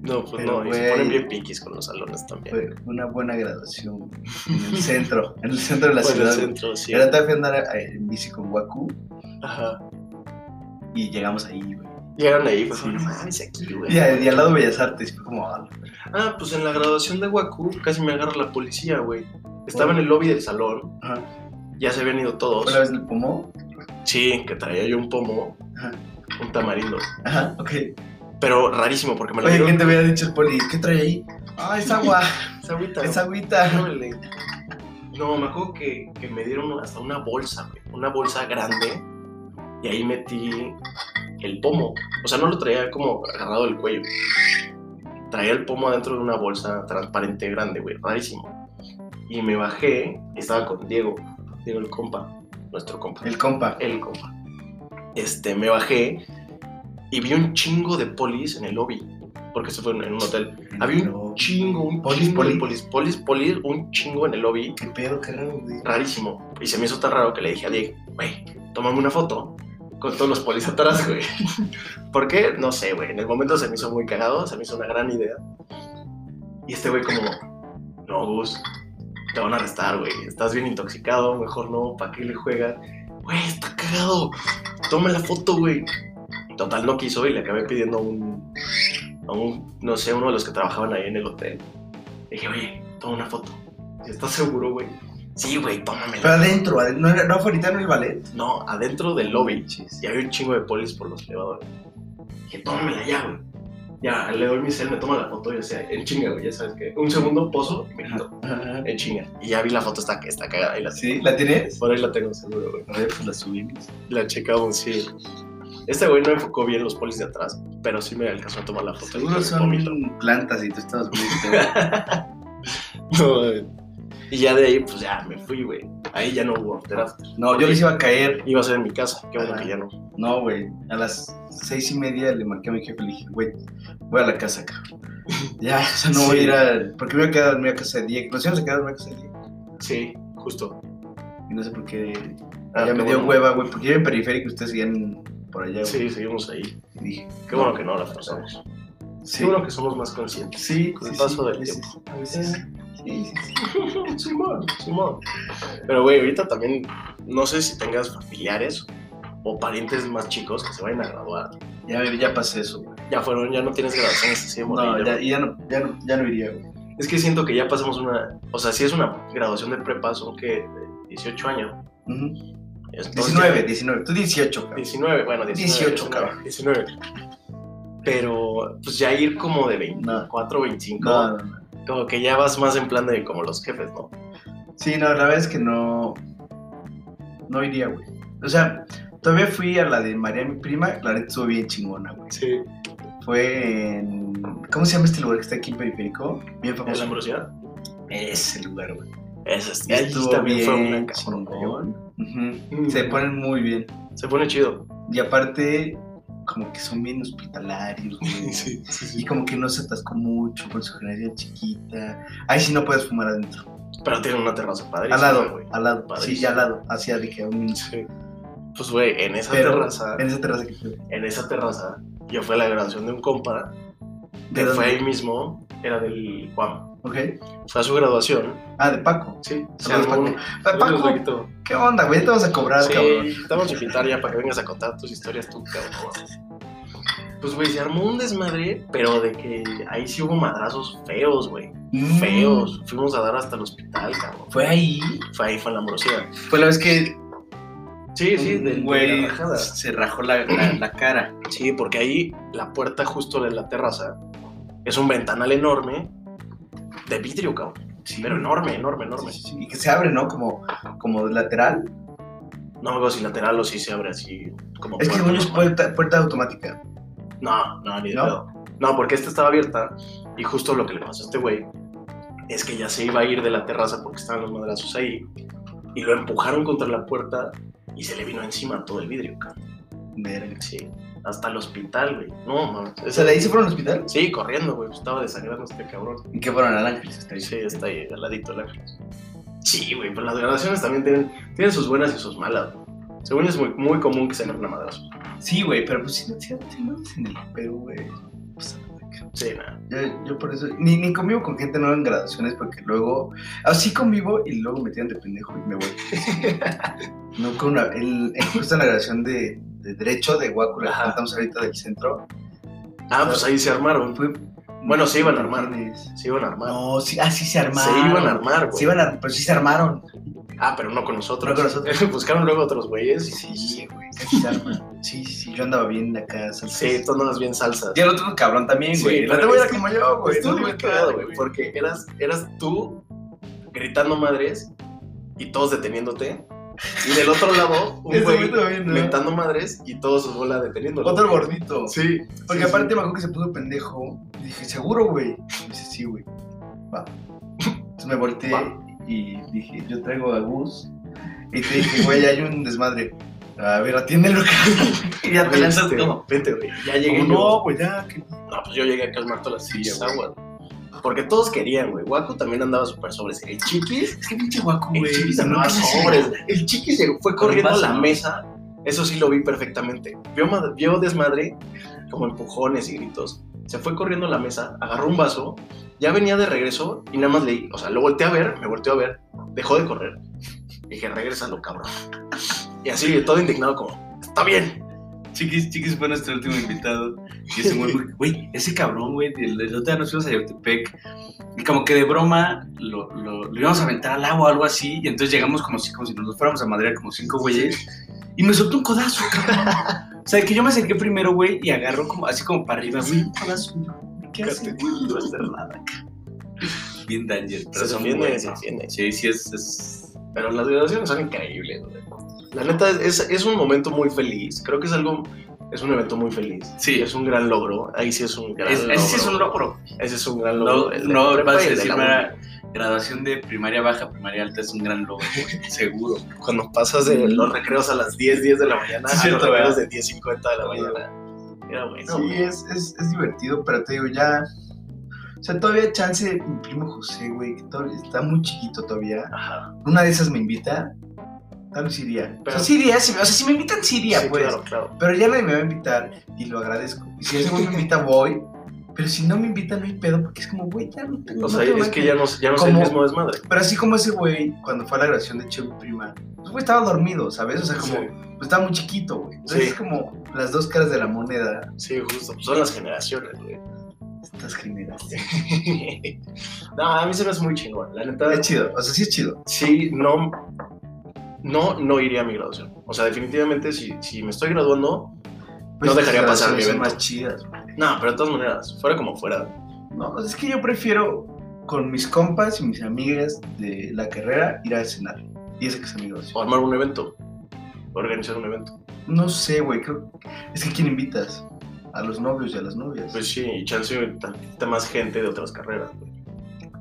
Speaker 1: No, pues
Speaker 2: Pero,
Speaker 1: no, y se
Speaker 2: güey.
Speaker 1: ponen bien piquis con los salones también.
Speaker 2: Fue una buena graduación en el centro, en el centro de la
Speaker 1: Bueno, el
Speaker 2: ciudad.
Speaker 1: centro, sí.
Speaker 2: Era tarde andar eh, en bici con Waku
Speaker 1: Ajá.
Speaker 2: y llegamos ahí, güey.
Speaker 1: Llegaron ahí, fue
Speaker 2: Sí,
Speaker 1: como, no
Speaker 2: sí,
Speaker 1: mames, aquí, güey.
Speaker 2: Y, a- y al lado Bellas Artes, fue como, ah,
Speaker 1: Ah, pues en la graduación de Waku casi me agarra la policía, güey. Estaba en el lobby del salón,
Speaker 2: Ajá.
Speaker 1: ya se habían ido
Speaker 2: ¿fue la
Speaker 1: todos.
Speaker 2: vez del pomo?
Speaker 1: Sí, que traía yo un pomo,
Speaker 2: Ajá.
Speaker 1: un tamarindo.
Speaker 2: Ajá, ok.
Speaker 1: Pero rarísimo, porque me lo
Speaker 2: Oye,
Speaker 1: dieron.
Speaker 2: ¿quién te había dicho el poli? ¿Qué trae ahí? Ah, es agua,
Speaker 1: Esa agüita,
Speaker 2: es agüita.
Speaker 1: Órale. No, me acuerdo que, que me dieron hasta una bolsa, güey. Una bolsa grande. Y ahí metí el pomo. O sea, no lo traía como agarrado del cuello. Traía el pomo adentro de una bolsa transparente grande, güey. Rarísimo. Y me bajé. y Estaba con Diego. Diego el compa. Nuestro compa.
Speaker 2: El compa.
Speaker 1: El compa. Este, me bajé. Y vi un chingo de polis en el lobby. Porque se fue en en un hotel. Había un chingo, un
Speaker 2: Polis,
Speaker 1: chingo de
Speaker 2: polis.
Speaker 1: polis, polis, polis, un chingo en el lobby,
Speaker 2: ¿Qué pedo, qué raro, güey?
Speaker 1: Ah. rarísimo. Y se me hizo tan raro que le dije a Diego, güey, tómame una foto con todos los polis atrás, güey. ¿Por qué? No sé, güey. En el momento se me hizo muy cagado, se me hizo una gran idea. Y este güey como, no, Gus, te van a arrestar, güey. Estás bien intoxicado, mejor no, ¿para qué le juegas? Güey, está cagado. Toma la foto, güey. Total, no quiso y le acabé pidiendo a un, a un, no sé, uno de los que trabajaban ahí en el hotel. Le dije, oye, toma una foto. ¿Estás seguro, güey? Sí, güey,
Speaker 2: Pero
Speaker 1: tómamela.
Speaker 2: adentro, adentro, no, era- no fue ahorita en el ballet.
Speaker 1: No, adentro del lobby. Y había un chingo de polis por los elevadores. Dije, tómamela ya, güey. Ya, le doy mi cel, me toma la foto, yo sea, en chinga, güey, ya sabes que. Un segundo pozo, y me quito,
Speaker 2: Ajá.
Speaker 1: en chinga. Y ya vi la foto, está, está cagada. Y la,
Speaker 2: ¿Sí? ¿La tienes?
Speaker 1: Por ahí la tengo seguro, güey.
Speaker 2: A ver, pues la subimos.
Speaker 1: La checamos, sí. Este güey no enfocó bien los polis de atrás, pero sí me alcanzó a tomar la foto.
Speaker 2: Seguro
Speaker 1: Y
Speaker 2: son
Speaker 1: vomito.
Speaker 2: plantas y tú estabas muy pedo.
Speaker 1: No, güey. y ya de ahí, pues ya me fui, güey. Ahí ya no hubo after after.
Speaker 2: No, yo les iba a caer.
Speaker 1: Iba a ser en mi casa, qué bueno
Speaker 2: Ajá.
Speaker 1: que ya no.
Speaker 2: No, güey. A las seis y media le marqué a mi jefe y le dije, güey, voy a la casa, cabrón. Ya, o sea, no voy a
Speaker 1: Sí.
Speaker 2: ir a. Porque me voy a quedar a dormir a casa de Diego. Nos íbamos a quedar a dormir a casa de Diego.
Speaker 1: Sí, justo.
Speaker 2: Y no sé por qué.
Speaker 1: Ah,
Speaker 2: ya
Speaker 1: qué
Speaker 2: me dio
Speaker 1: bueno.
Speaker 2: hueva, güey. Porque yo en periférico y ustedes seguían por allá, güey.
Speaker 1: Sí, seguimos ahí.
Speaker 2: Y dije,
Speaker 1: Qué bueno que no la forzamos.
Speaker 2: sí.
Speaker 1: Qué bueno que somos más conscientes.
Speaker 2: Sí,
Speaker 1: Con
Speaker 2: sí,
Speaker 1: el paso
Speaker 2: sí,
Speaker 1: del
Speaker 2: a veces, A veces. Sí, sí, sí.
Speaker 1: Simón, Simón. Pero, güey, ahorita también, no sé si tengas familiares o parientes más chicos que se vayan a graduar.
Speaker 2: Ya, ya pasé eso, güey.
Speaker 1: Ya fueron, ya no tienes graduaciones así de
Speaker 2: No,
Speaker 1: morrillo.
Speaker 2: ya, y ya no, ya no, ya no iría, güey.
Speaker 1: Es que siento que ya pasamos una. O sea, si es una graduación de prepa, son que de 18 años.
Speaker 2: Ujú.
Speaker 1: Entonces,
Speaker 2: 19, 19. Tú 18, cabrón.
Speaker 1: 19, bueno, 19.
Speaker 2: 18, cabrón.
Speaker 1: 19. Pero, pues ya ir como de
Speaker 2: No.
Speaker 1: 24, 25.
Speaker 2: No, no, no.
Speaker 1: Como que ya vas más en plan de como los jefes, ¿no?
Speaker 2: Sí, no, la verdad es que no. No iría, güey. O sea, todavía fui a la de María, mi prima. La neta estuvo bien chingona, güey.
Speaker 1: Sí.
Speaker 2: Fue en. ¿Cómo se llama este lugar que está aquí en Periférico? Bien
Speaker 1: ¿Es la
Speaker 2: famoso.
Speaker 1: morosidad?
Speaker 2: Ese lugar, güey.
Speaker 1: Eso es, ahí
Speaker 2: Estuvo
Speaker 1: también fue
Speaker 2: bien
Speaker 1: una
Speaker 2: chingón.
Speaker 1: cabrón.
Speaker 2: Ujú.
Speaker 1: Mm.
Speaker 2: Se ponen muy bien.
Speaker 1: Se pone chido.
Speaker 2: Y aparte, como que son bien hospitalarios, güey. Y como que no se atascó mucho con su generación chiquita. Ahí sí no puedes fumar adentro.
Speaker 1: Pero tiene una terraza padre.
Speaker 2: Al lado, al lado.
Speaker 1: Padrísimo.
Speaker 2: Sí, al lado. Hacia de que a un minuto.
Speaker 1: Sí. Pues, güey, en esa
Speaker 2: Pero-
Speaker 1: terraza,
Speaker 2: En esa terraza que fue.
Speaker 1: en esa terraza, yo fui a la graduación de un compa,
Speaker 2: ¿De
Speaker 1: que fue
Speaker 2: dónde?
Speaker 1: ahí mismo, era del Juan.
Speaker 2: Ok.
Speaker 1: Fue a su graduación.
Speaker 2: Ah, de Paco.
Speaker 1: Sí, se
Speaker 2: Saludos,
Speaker 1: armó
Speaker 2: Paco.
Speaker 1: un-
Speaker 2: Pa-
Speaker 1: saludos,
Speaker 2: Paco,
Speaker 1: Paquito.
Speaker 2: ¿qué onda, güey? Ya Te vas a cobrar, cabrón.
Speaker 1: Sí, te vamos a invitar ya para que vengas a contar tus historias tú, cabrón. Pues, güey, se armó un desmadre, pero de que ahí sí hubo madrazos feos, güey.
Speaker 2: Mm,
Speaker 1: Feos. Fuimos a dar hasta el hospital, cabrón.
Speaker 2: Fue ahí.
Speaker 1: Fue ahí, fue en la morosidad.
Speaker 2: Fue la vez que
Speaker 1: Sí, sí,
Speaker 2: un
Speaker 1: del de
Speaker 2: Mm, güey
Speaker 1: la rajada.
Speaker 2: se rajó la, la- la cara.
Speaker 1: Sí, porque ahí la puerta justo de la terraza es un ventanal enorme de vidrio, cabrón.
Speaker 2: Sí,
Speaker 1: Pero enorme, enorme, enorme.
Speaker 2: Sí, sí, sí. Y que se abre, ¿no? Como, como lateral.
Speaker 1: No me veo si lateral o si se abre así como
Speaker 2: Es que según
Speaker 1: puerta
Speaker 2: yo es
Speaker 1: normal.
Speaker 2: puerta, puerta automática.
Speaker 1: No, no, ni de
Speaker 2: ¿No?
Speaker 1: pedo. No, porque esta estaba abierta y justo lo que le pasó a este güey es que ya se iba a ir de la terraza porque estaban los madrazos ahí y lo empujaron contra la puerta y se le vino encima todo el vidrio, cabrón.
Speaker 2: Verga.
Speaker 1: Sí, hasta el hospital, güey. No, mames.
Speaker 2: O sea, de ahí se fueron al hospital.
Speaker 1: Sí, corriendo, güey. pues Estaba desangrando este cabrón.
Speaker 2: ¿Y qué fueron al ángel? Está ahí.
Speaker 1: Sí, está ahí, al ladito del ángel. Sí, güey, pero las graduaciones también tienen, tienen sus buenas y sus malas. güey. Según es muy, muy común que se arme una madrazo.
Speaker 2: Sí, güey, pero pues sí, sí, sí, no sé ni pero, güey. pues,
Speaker 1: Sí, nada.
Speaker 2: Yo, yo por eso, ni, ni convivo con gente nueva en graduaciones porque luego, así convivo y eh, luego me tiran de pendejo y me voy. no con una, el, en- justo en la graduación de, de de derecho de Huácula,
Speaker 1: Ajá.
Speaker 2: que cantamos ahorita del centro.
Speaker 1: Ah, pues ahí se armaron.
Speaker 2: Fue-
Speaker 1: Bueno, se iban a armar.
Speaker 2: ¿Quiénes?
Speaker 1: Se iban a armar.
Speaker 2: No, sí, ah, sí se
Speaker 1: se
Speaker 2: armaron.
Speaker 1: iban a armar,
Speaker 2: Se
Speaker 1: güey.
Speaker 2: iban a armar, pero sí se armaron.
Speaker 1: Ah, pero no con nosotros.
Speaker 2: No con nosotros.
Speaker 1: Buscaron luego otros güeyes. y
Speaker 2: Sí,
Speaker 1: Sí,
Speaker 2: güey, casi se arman. Sí, sí, sí, yo andaba bien de acá. salsas.
Speaker 1: sí, tú andabas bien salsas.
Speaker 2: Y el otro cabrón también,
Speaker 1: Sí,
Speaker 2: güey.
Speaker 1: pero
Speaker 2: la tengo era
Speaker 1: es que-
Speaker 2: como yo, güey.
Speaker 1: Estuvo
Speaker 2: no le
Speaker 1: muy
Speaker 2: iba a quedar,
Speaker 1: cagado, güey, porque eras, eras tú gritando madres y todos deteniéndote. Y del otro lado, un
Speaker 2: Ese
Speaker 1: güey
Speaker 2: güey también, ¿no?
Speaker 1: mentando madres y todos sus bola deteniéndolo.
Speaker 2: Otro gordito.
Speaker 1: Sí.
Speaker 2: Porque
Speaker 1: sí, sí.
Speaker 2: aparte me acuerdo que se puso pendejo. Y dije, ¿seguro, güey? Y dice, sí, güey. Va. Entonces me volteé
Speaker 1: Va.
Speaker 2: y dije, yo traigo a Gus. Y te dije, güey, hay un desmadre. A ver, atiéndelo, cabrón. Y ya te
Speaker 1: Vente,
Speaker 2: lanzaste como.
Speaker 1: Vente, güey. Este, Ya
Speaker 2: como,
Speaker 1: llegué. yo.
Speaker 2: No, güey, ya. Que...
Speaker 1: No, pues yo llegué a calmar todas las
Speaker 2: Sí,
Speaker 1: pinches
Speaker 2: güey.
Speaker 1: aguas. Porque todos querían, güey. Waku también andaba súper sobres. El chiquis,
Speaker 2: Es que pinche guaco,
Speaker 1: el
Speaker 2: güey.
Speaker 1: chiquis
Speaker 2: no
Speaker 1: andaba
Speaker 2: quiso hacer
Speaker 1: sobres. El chiquis llegó- fue corriendo a
Speaker 2: pasa,
Speaker 1: la
Speaker 2: ¿no?
Speaker 1: mesa. Eso sí lo vi perfectamente. Vio, ma- vio desmadre, como empujones y gritos. Se fue corriendo a la mesa, agarró un vaso. Ya venía de regreso y nada más leí. O sea, lo volteé a ver, me volteó a ver. Dejó de correr. Dije, regrésalo, cabrón. Y así, todo indignado, como, está bien.
Speaker 3: Chiquis, Chiquis fue nuestro último invitado. Y ese güey, güey, güey, ese cabrón, güey, del del otro día nos fuimos a Yautepec. Y como que de broma lo, lo, lo íbamos a aventar al agua o algo así. Y entonces llegamos como si, como si nos fuéramos a madrear como cinco güeyes. Y me soltó un codazo, cabrón. O sea, que yo me acerqué primero, güey, y agarró como, así como para arriba, güey, un codazo. ¿Qué hace? güey? No va a hacer nada, cabrón. Bien danger. Pero
Speaker 1: Se
Speaker 3: son
Speaker 1: defiende,
Speaker 3: buenos.
Speaker 1: se defiende.
Speaker 3: Sí, sí, es... es...
Speaker 1: Pero las graduaciones son increíbles, güey. La neta, es, es un momento muy feliz. Creo que es algo... Es un evento muy feliz.
Speaker 3: Sí.
Speaker 1: Es un gran logro. Ahí sí es un gran
Speaker 3: es-
Speaker 1: logro.
Speaker 3: ese sí es un logro.
Speaker 1: Ese es un gran
Speaker 3: No,
Speaker 1: logro. El de la
Speaker 3: no
Speaker 1: prepa
Speaker 3: vas
Speaker 1: y el
Speaker 3: a
Speaker 1: de
Speaker 3: decir
Speaker 1: la
Speaker 3: una graduación de primaria baja, primaria alta es un gran logro, güey, seguro.
Speaker 1: uni. Cuando pasas de los recreos a las 10, 10 de la mañana
Speaker 2: Sí,
Speaker 1: a
Speaker 2: cierto,
Speaker 1: los recreos
Speaker 2: ¿verdad?
Speaker 1: de 10, 50 de la mañana. Era bueno.
Speaker 2: Sí,
Speaker 1: güey.
Speaker 2: es, es, es divertido, pero te digo, ya. O sea, todavía chance, mi primo José, güey, que todavía está muy chiquito todavía.
Speaker 1: Ajá.
Speaker 2: Una de esas me invita, tal vez iría. o
Speaker 1: Pero-
Speaker 2: sea, sí iría, sí- o sea, si me invitan, sí iría,
Speaker 1: Sí,
Speaker 2: pues.
Speaker 1: claro, claro.
Speaker 2: Pero ya nadie me va a invitar y lo agradezco. Y si ese güey me invita, voy. Pero si no me invita, no hay pedo, porque es como, güey, ya no tengo
Speaker 1: O sea,
Speaker 2: no tengo
Speaker 1: es
Speaker 2: nada
Speaker 1: que ya no, ya no es el
Speaker 2: Como-
Speaker 1: mismo desmadre.
Speaker 2: Pero así como ese güey, cuando fue a la grabación de Che, mi prima, pues, güey, estaba dormido, ¿sabes? O sea, como,
Speaker 1: Sí.
Speaker 2: pues, estaba muy chiquito, güey. Entonces
Speaker 1: Sí.
Speaker 2: es como las dos caras de la moneda,
Speaker 1: Sí, justo. Pues son las generaciones, güey.
Speaker 2: estas generaciones.
Speaker 1: no, a mí se me hace muy chingón. La neta...
Speaker 2: Es chido, o sea, sí es chido.
Speaker 1: sí, no, no, no iría a mi graduación. O sea, definitivamente, si, si me estoy graduando, No dejaría
Speaker 2: Pues, las
Speaker 1: pasar
Speaker 2: grabaciones
Speaker 1: mi
Speaker 2: son
Speaker 1: evento.
Speaker 2: más chidas. güey.
Speaker 1: no, pero de todas maneras, fuera como fuera.
Speaker 2: No, o sea, es que yo prefiero con mis compas y mis amigas de la carrera ir a cenar. Y ese que es amigos.
Speaker 1: O armar un evento, o organizar un evento.
Speaker 2: No sé, güey, creo es que quién invitas a los novios y a las novias.
Speaker 1: Pues sí, y chance de tantita más gente de otras carreras. güey.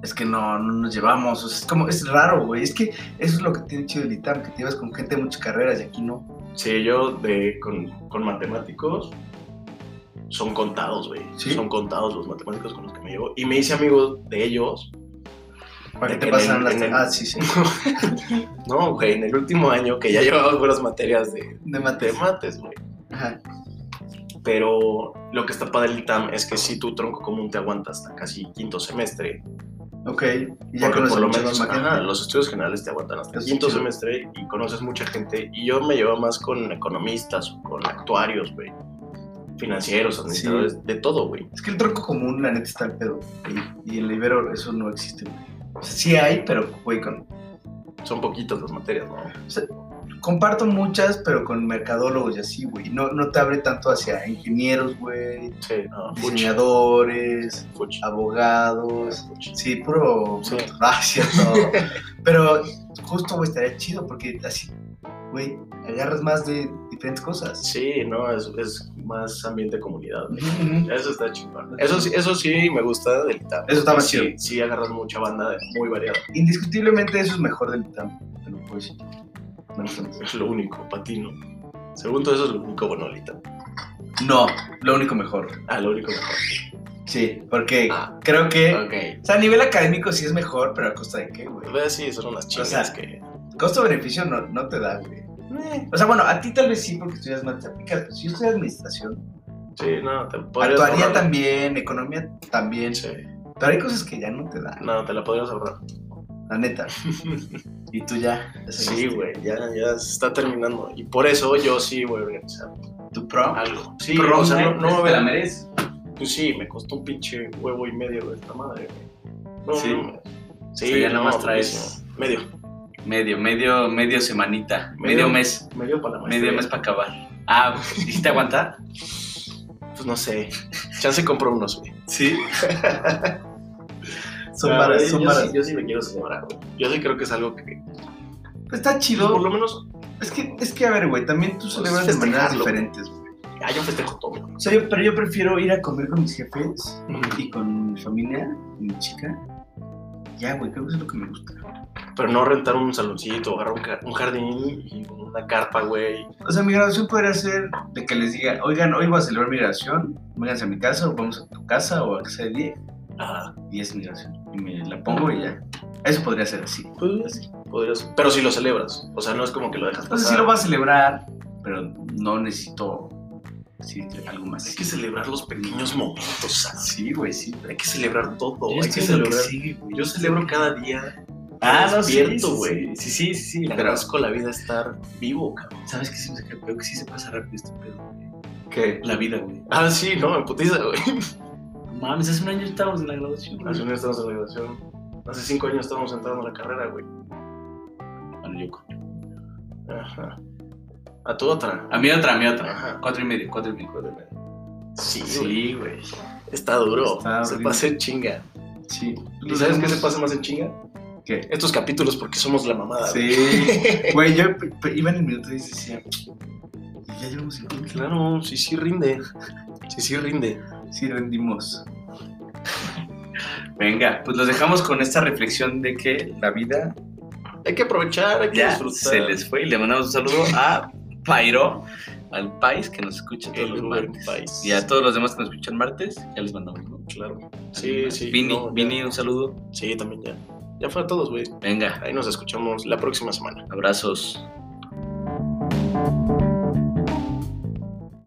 Speaker 2: es que no, no nos llevamos, o sea, es como es raro, güey. Es que eso es lo que tiene chido el ITAM, que te llevas con gente de muchas carreras y aquí no.
Speaker 1: Sí, yo de, con, con matemáticos son contados, güey.
Speaker 2: ¿Sí?
Speaker 1: Son contados los matemáticos con los que me llevo. Y me hice amigo de ellos.
Speaker 2: ¿Para
Speaker 1: De
Speaker 2: qué te
Speaker 1: que
Speaker 2: pasan
Speaker 1: en-
Speaker 2: las
Speaker 1: en el-
Speaker 2: Ah, sí, sí.
Speaker 1: No, güey, en el último año que ya llevaba buenas materias de,
Speaker 2: De
Speaker 1: de
Speaker 2: mates.
Speaker 1: mates, güey.
Speaker 2: Ajá.
Speaker 1: pero lo que está padre del ITAM es que si tu tronco común te aguanta hasta casi quinto semestre,
Speaker 2: Ok. Y ya conoces
Speaker 1: porque por lo
Speaker 2: mucha
Speaker 1: menos
Speaker 2: más
Speaker 1: ajá,
Speaker 2: gente.
Speaker 1: los estudios generales te aguantan hasta
Speaker 2: Eso
Speaker 1: quinto
Speaker 2: sí.
Speaker 1: semestre y conoces mucha gente. Y yo me llevo más con economistas, con actuarios, güey, financieros, administradores, de todo, güey.
Speaker 2: Es que el tronco común, la neta, está al pedo. Y, y en el Ibero eso no existe, güey. O sea, sí hay, pero, güey, con-
Speaker 1: Son poquitas las materias, ¿no?
Speaker 2: comparto muchas, pero con mercadólogos y así, güey. No, no te abre tanto hacia ingenieros, güey,
Speaker 1: Sí, no, fuchi,
Speaker 2: diseñadores,
Speaker 1: fuchi,
Speaker 2: abogados.
Speaker 1: fuchi.
Speaker 2: Sí, puro...
Speaker 1: Sí.
Speaker 2: Ah, cierto. pero justo, güey, estaría chido porque así, güey, agarras más de diferentes cosas.
Speaker 1: Sí, no, es, es más ambiente de comunidad. güey.
Speaker 2: Ujú, ujú.
Speaker 1: Eso está chingón. Eso, sí- eso sí me gusta del ITAM.
Speaker 2: Eso está más
Speaker 1: Sí,
Speaker 2: chido.
Speaker 1: Sí, agarras mucha banda de- muy variada.
Speaker 2: Indiscutiblemente eso es mejor del TAM, te lo puedo decir. No, no, no.
Speaker 1: Es lo único, patino. Según todo eso es lo único bueno ahorita.
Speaker 2: No, lo único mejor.
Speaker 1: Ah, lo único mejor.
Speaker 2: Sí, porque
Speaker 1: Ah.
Speaker 2: creo que.
Speaker 1: Ok.
Speaker 2: O sea, a nivel académico sí es mejor, pero a costa de qué, güey.
Speaker 1: Ve así, son unas chingas
Speaker 2: O sea,
Speaker 1: que...
Speaker 2: Costo-beneficio no, no te da, güey.
Speaker 1: eh,
Speaker 2: O sea, bueno, a ti tal vez sí porque estudias matemáticas, pero si yo estudié administración,
Speaker 1: sí, no, te podrías
Speaker 2: actuaría
Speaker 1: ahorrar.
Speaker 2: también, economía también,
Speaker 1: Sí,
Speaker 2: pero hay cosas que ya no te dan,
Speaker 1: no, te la podrías ahorrar.
Speaker 2: la neta. Y tú ya. ya
Speaker 1: sí,
Speaker 2: sabes.
Speaker 1: güey, ya, ya se está terminando. Y por eso yo sí voy a organizar
Speaker 3: ¿Tu prom?
Speaker 1: algo. Sí,
Speaker 3: Prom,
Speaker 1: o sea, no,
Speaker 3: güey,
Speaker 1: no va a
Speaker 3: ¿Te la
Speaker 1: haber-
Speaker 3: mereces?
Speaker 1: Pues sí, me costó un pinche huevo y medio de esta madre, güey. No,
Speaker 3: Sí.
Speaker 1: no, sí,
Speaker 3: Sí, ya
Speaker 1: no,
Speaker 3: nada más traes-
Speaker 1: buenísimo. Medio,
Speaker 3: Medio, medio, medio semanita.
Speaker 1: Medio-
Speaker 3: Medio, mes.
Speaker 1: medio para la maestría.
Speaker 3: Medio mes para acabar. Ah, ¿hiciste aguantar?
Speaker 1: Pues no sé. Chance compro unos, güey.
Speaker 3: Sí.
Speaker 2: Son
Speaker 1: Ah,
Speaker 2: varas,
Speaker 1: güey,
Speaker 2: son
Speaker 1: yo,
Speaker 2: varas.
Speaker 1: sí, yo sí me quiero celebrar, güey. Yo sí creo que es algo que.
Speaker 2: Está
Speaker 1: pues, por
Speaker 2: chido.
Speaker 1: lo menos
Speaker 2: Es que, es que, a ver, güey, también tú
Speaker 1: Pues
Speaker 2: celebras de maneras
Speaker 1: festejarlo.
Speaker 2: diferentes, güey.
Speaker 1: hay un festejo todo. güey.
Speaker 2: O sea, yo- pero yo prefiero ir a comer con mis jefes y con mi familia, con mi chica. Ya, güey, creo que eso es lo que me gusta.
Speaker 1: Pero no rentar un saloncito, agarrar un, ca- un jardín y una carpa, güey.
Speaker 2: O sea, mi graduación podría ser de que les diga, oigan, hoy voy a celebrar mi graduación, vénganse a mi casa o vamos a tu casa o a casa de 10.
Speaker 1: Ah,
Speaker 2: 10 mi graduación. Y me la pongo y ya. Eso podría ser así.
Speaker 1: pues podrías. Pero si lo celebras. O sea, no es como que Pues lo dejas pasar.
Speaker 2: Entonces sí lo voy a celebrar, pero no necesito sí, algo más.
Speaker 1: Hay que celebrar los pequeños momentos, ¿sabes?
Speaker 2: Sí, güey, sí.
Speaker 1: Hay que celebrar todo.
Speaker 3: Yo
Speaker 1: hay que
Speaker 3: estoy en lo que
Speaker 1: celebrar.
Speaker 3: sigue, güey.
Speaker 1: Yo celebro cada día.
Speaker 3: Ah, no, sí,
Speaker 1: despierto,
Speaker 3: sí,
Speaker 1: güey.
Speaker 3: Sí, sí, sí, sí,
Speaker 1: Le
Speaker 3: la verdad.
Speaker 1: agradezco la vida estar vivo, cabrón.
Speaker 3: ¿Sabes qué se me saca el pedo? Que sí se pasa rápido este pedo. güey.
Speaker 1: ¿Qué?
Speaker 3: La vida, güey.
Speaker 1: Ah, sí, no, me putiza, güey.
Speaker 3: Mames, hace un año estábamos en la graduación. güey.
Speaker 1: Hace un año estábamos en la graduación. Hace cinco años estábamos entrando a la carrera, güey.
Speaker 3: Bueno, yo con-
Speaker 1: Ajá. A tu otra.
Speaker 3: A mí otra, a mí otra.
Speaker 1: Ajá.
Speaker 3: Cuatro y medio, cuatro y medio.
Speaker 1: Sí, güey.
Speaker 3: Sí, güey.
Speaker 1: Está duro.
Speaker 2: Está
Speaker 1: se
Speaker 2: horrible.
Speaker 1: pasa en chinga.
Speaker 2: Sí.
Speaker 1: ¿Y sabes qué se pasa más en chinga?
Speaker 2: ¿Qué?
Speaker 1: Estos capítulos porque somos la mamada. güey.
Speaker 2: Sí. Güey, yo pe- pe- iba en el minuto 10 y decía, "Y ya llevamos el tiempo.
Speaker 1: Claro, sí, sí rinde. Sí, sí rinde.
Speaker 2: Sí, rendimos.
Speaker 3: Venga, pues los dejamos con esta reflexión de que la vida
Speaker 1: Hay que aprovechar, hay que
Speaker 3: ya
Speaker 1: disfrutar.
Speaker 3: se les fue. Y le mandamos un saludo a Pairo, al país que nos escucha todos
Speaker 1: El
Speaker 3: los
Speaker 1: buen
Speaker 3: martes.
Speaker 1: país.
Speaker 3: Y a todos los demás que nos escuchan martes, ya les mandamos. ¿no?
Speaker 1: Claro.
Speaker 3: Alguien
Speaker 1: Sí,
Speaker 3: más.
Speaker 1: sí.
Speaker 3: Vini,
Speaker 1: no, ya.
Speaker 3: Vini, un saludo.
Speaker 1: Sí, también ya. Ya fue a todos, güey.
Speaker 3: Venga,
Speaker 1: Ahí nos escuchamos la próxima semana.
Speaker 3: abrazos.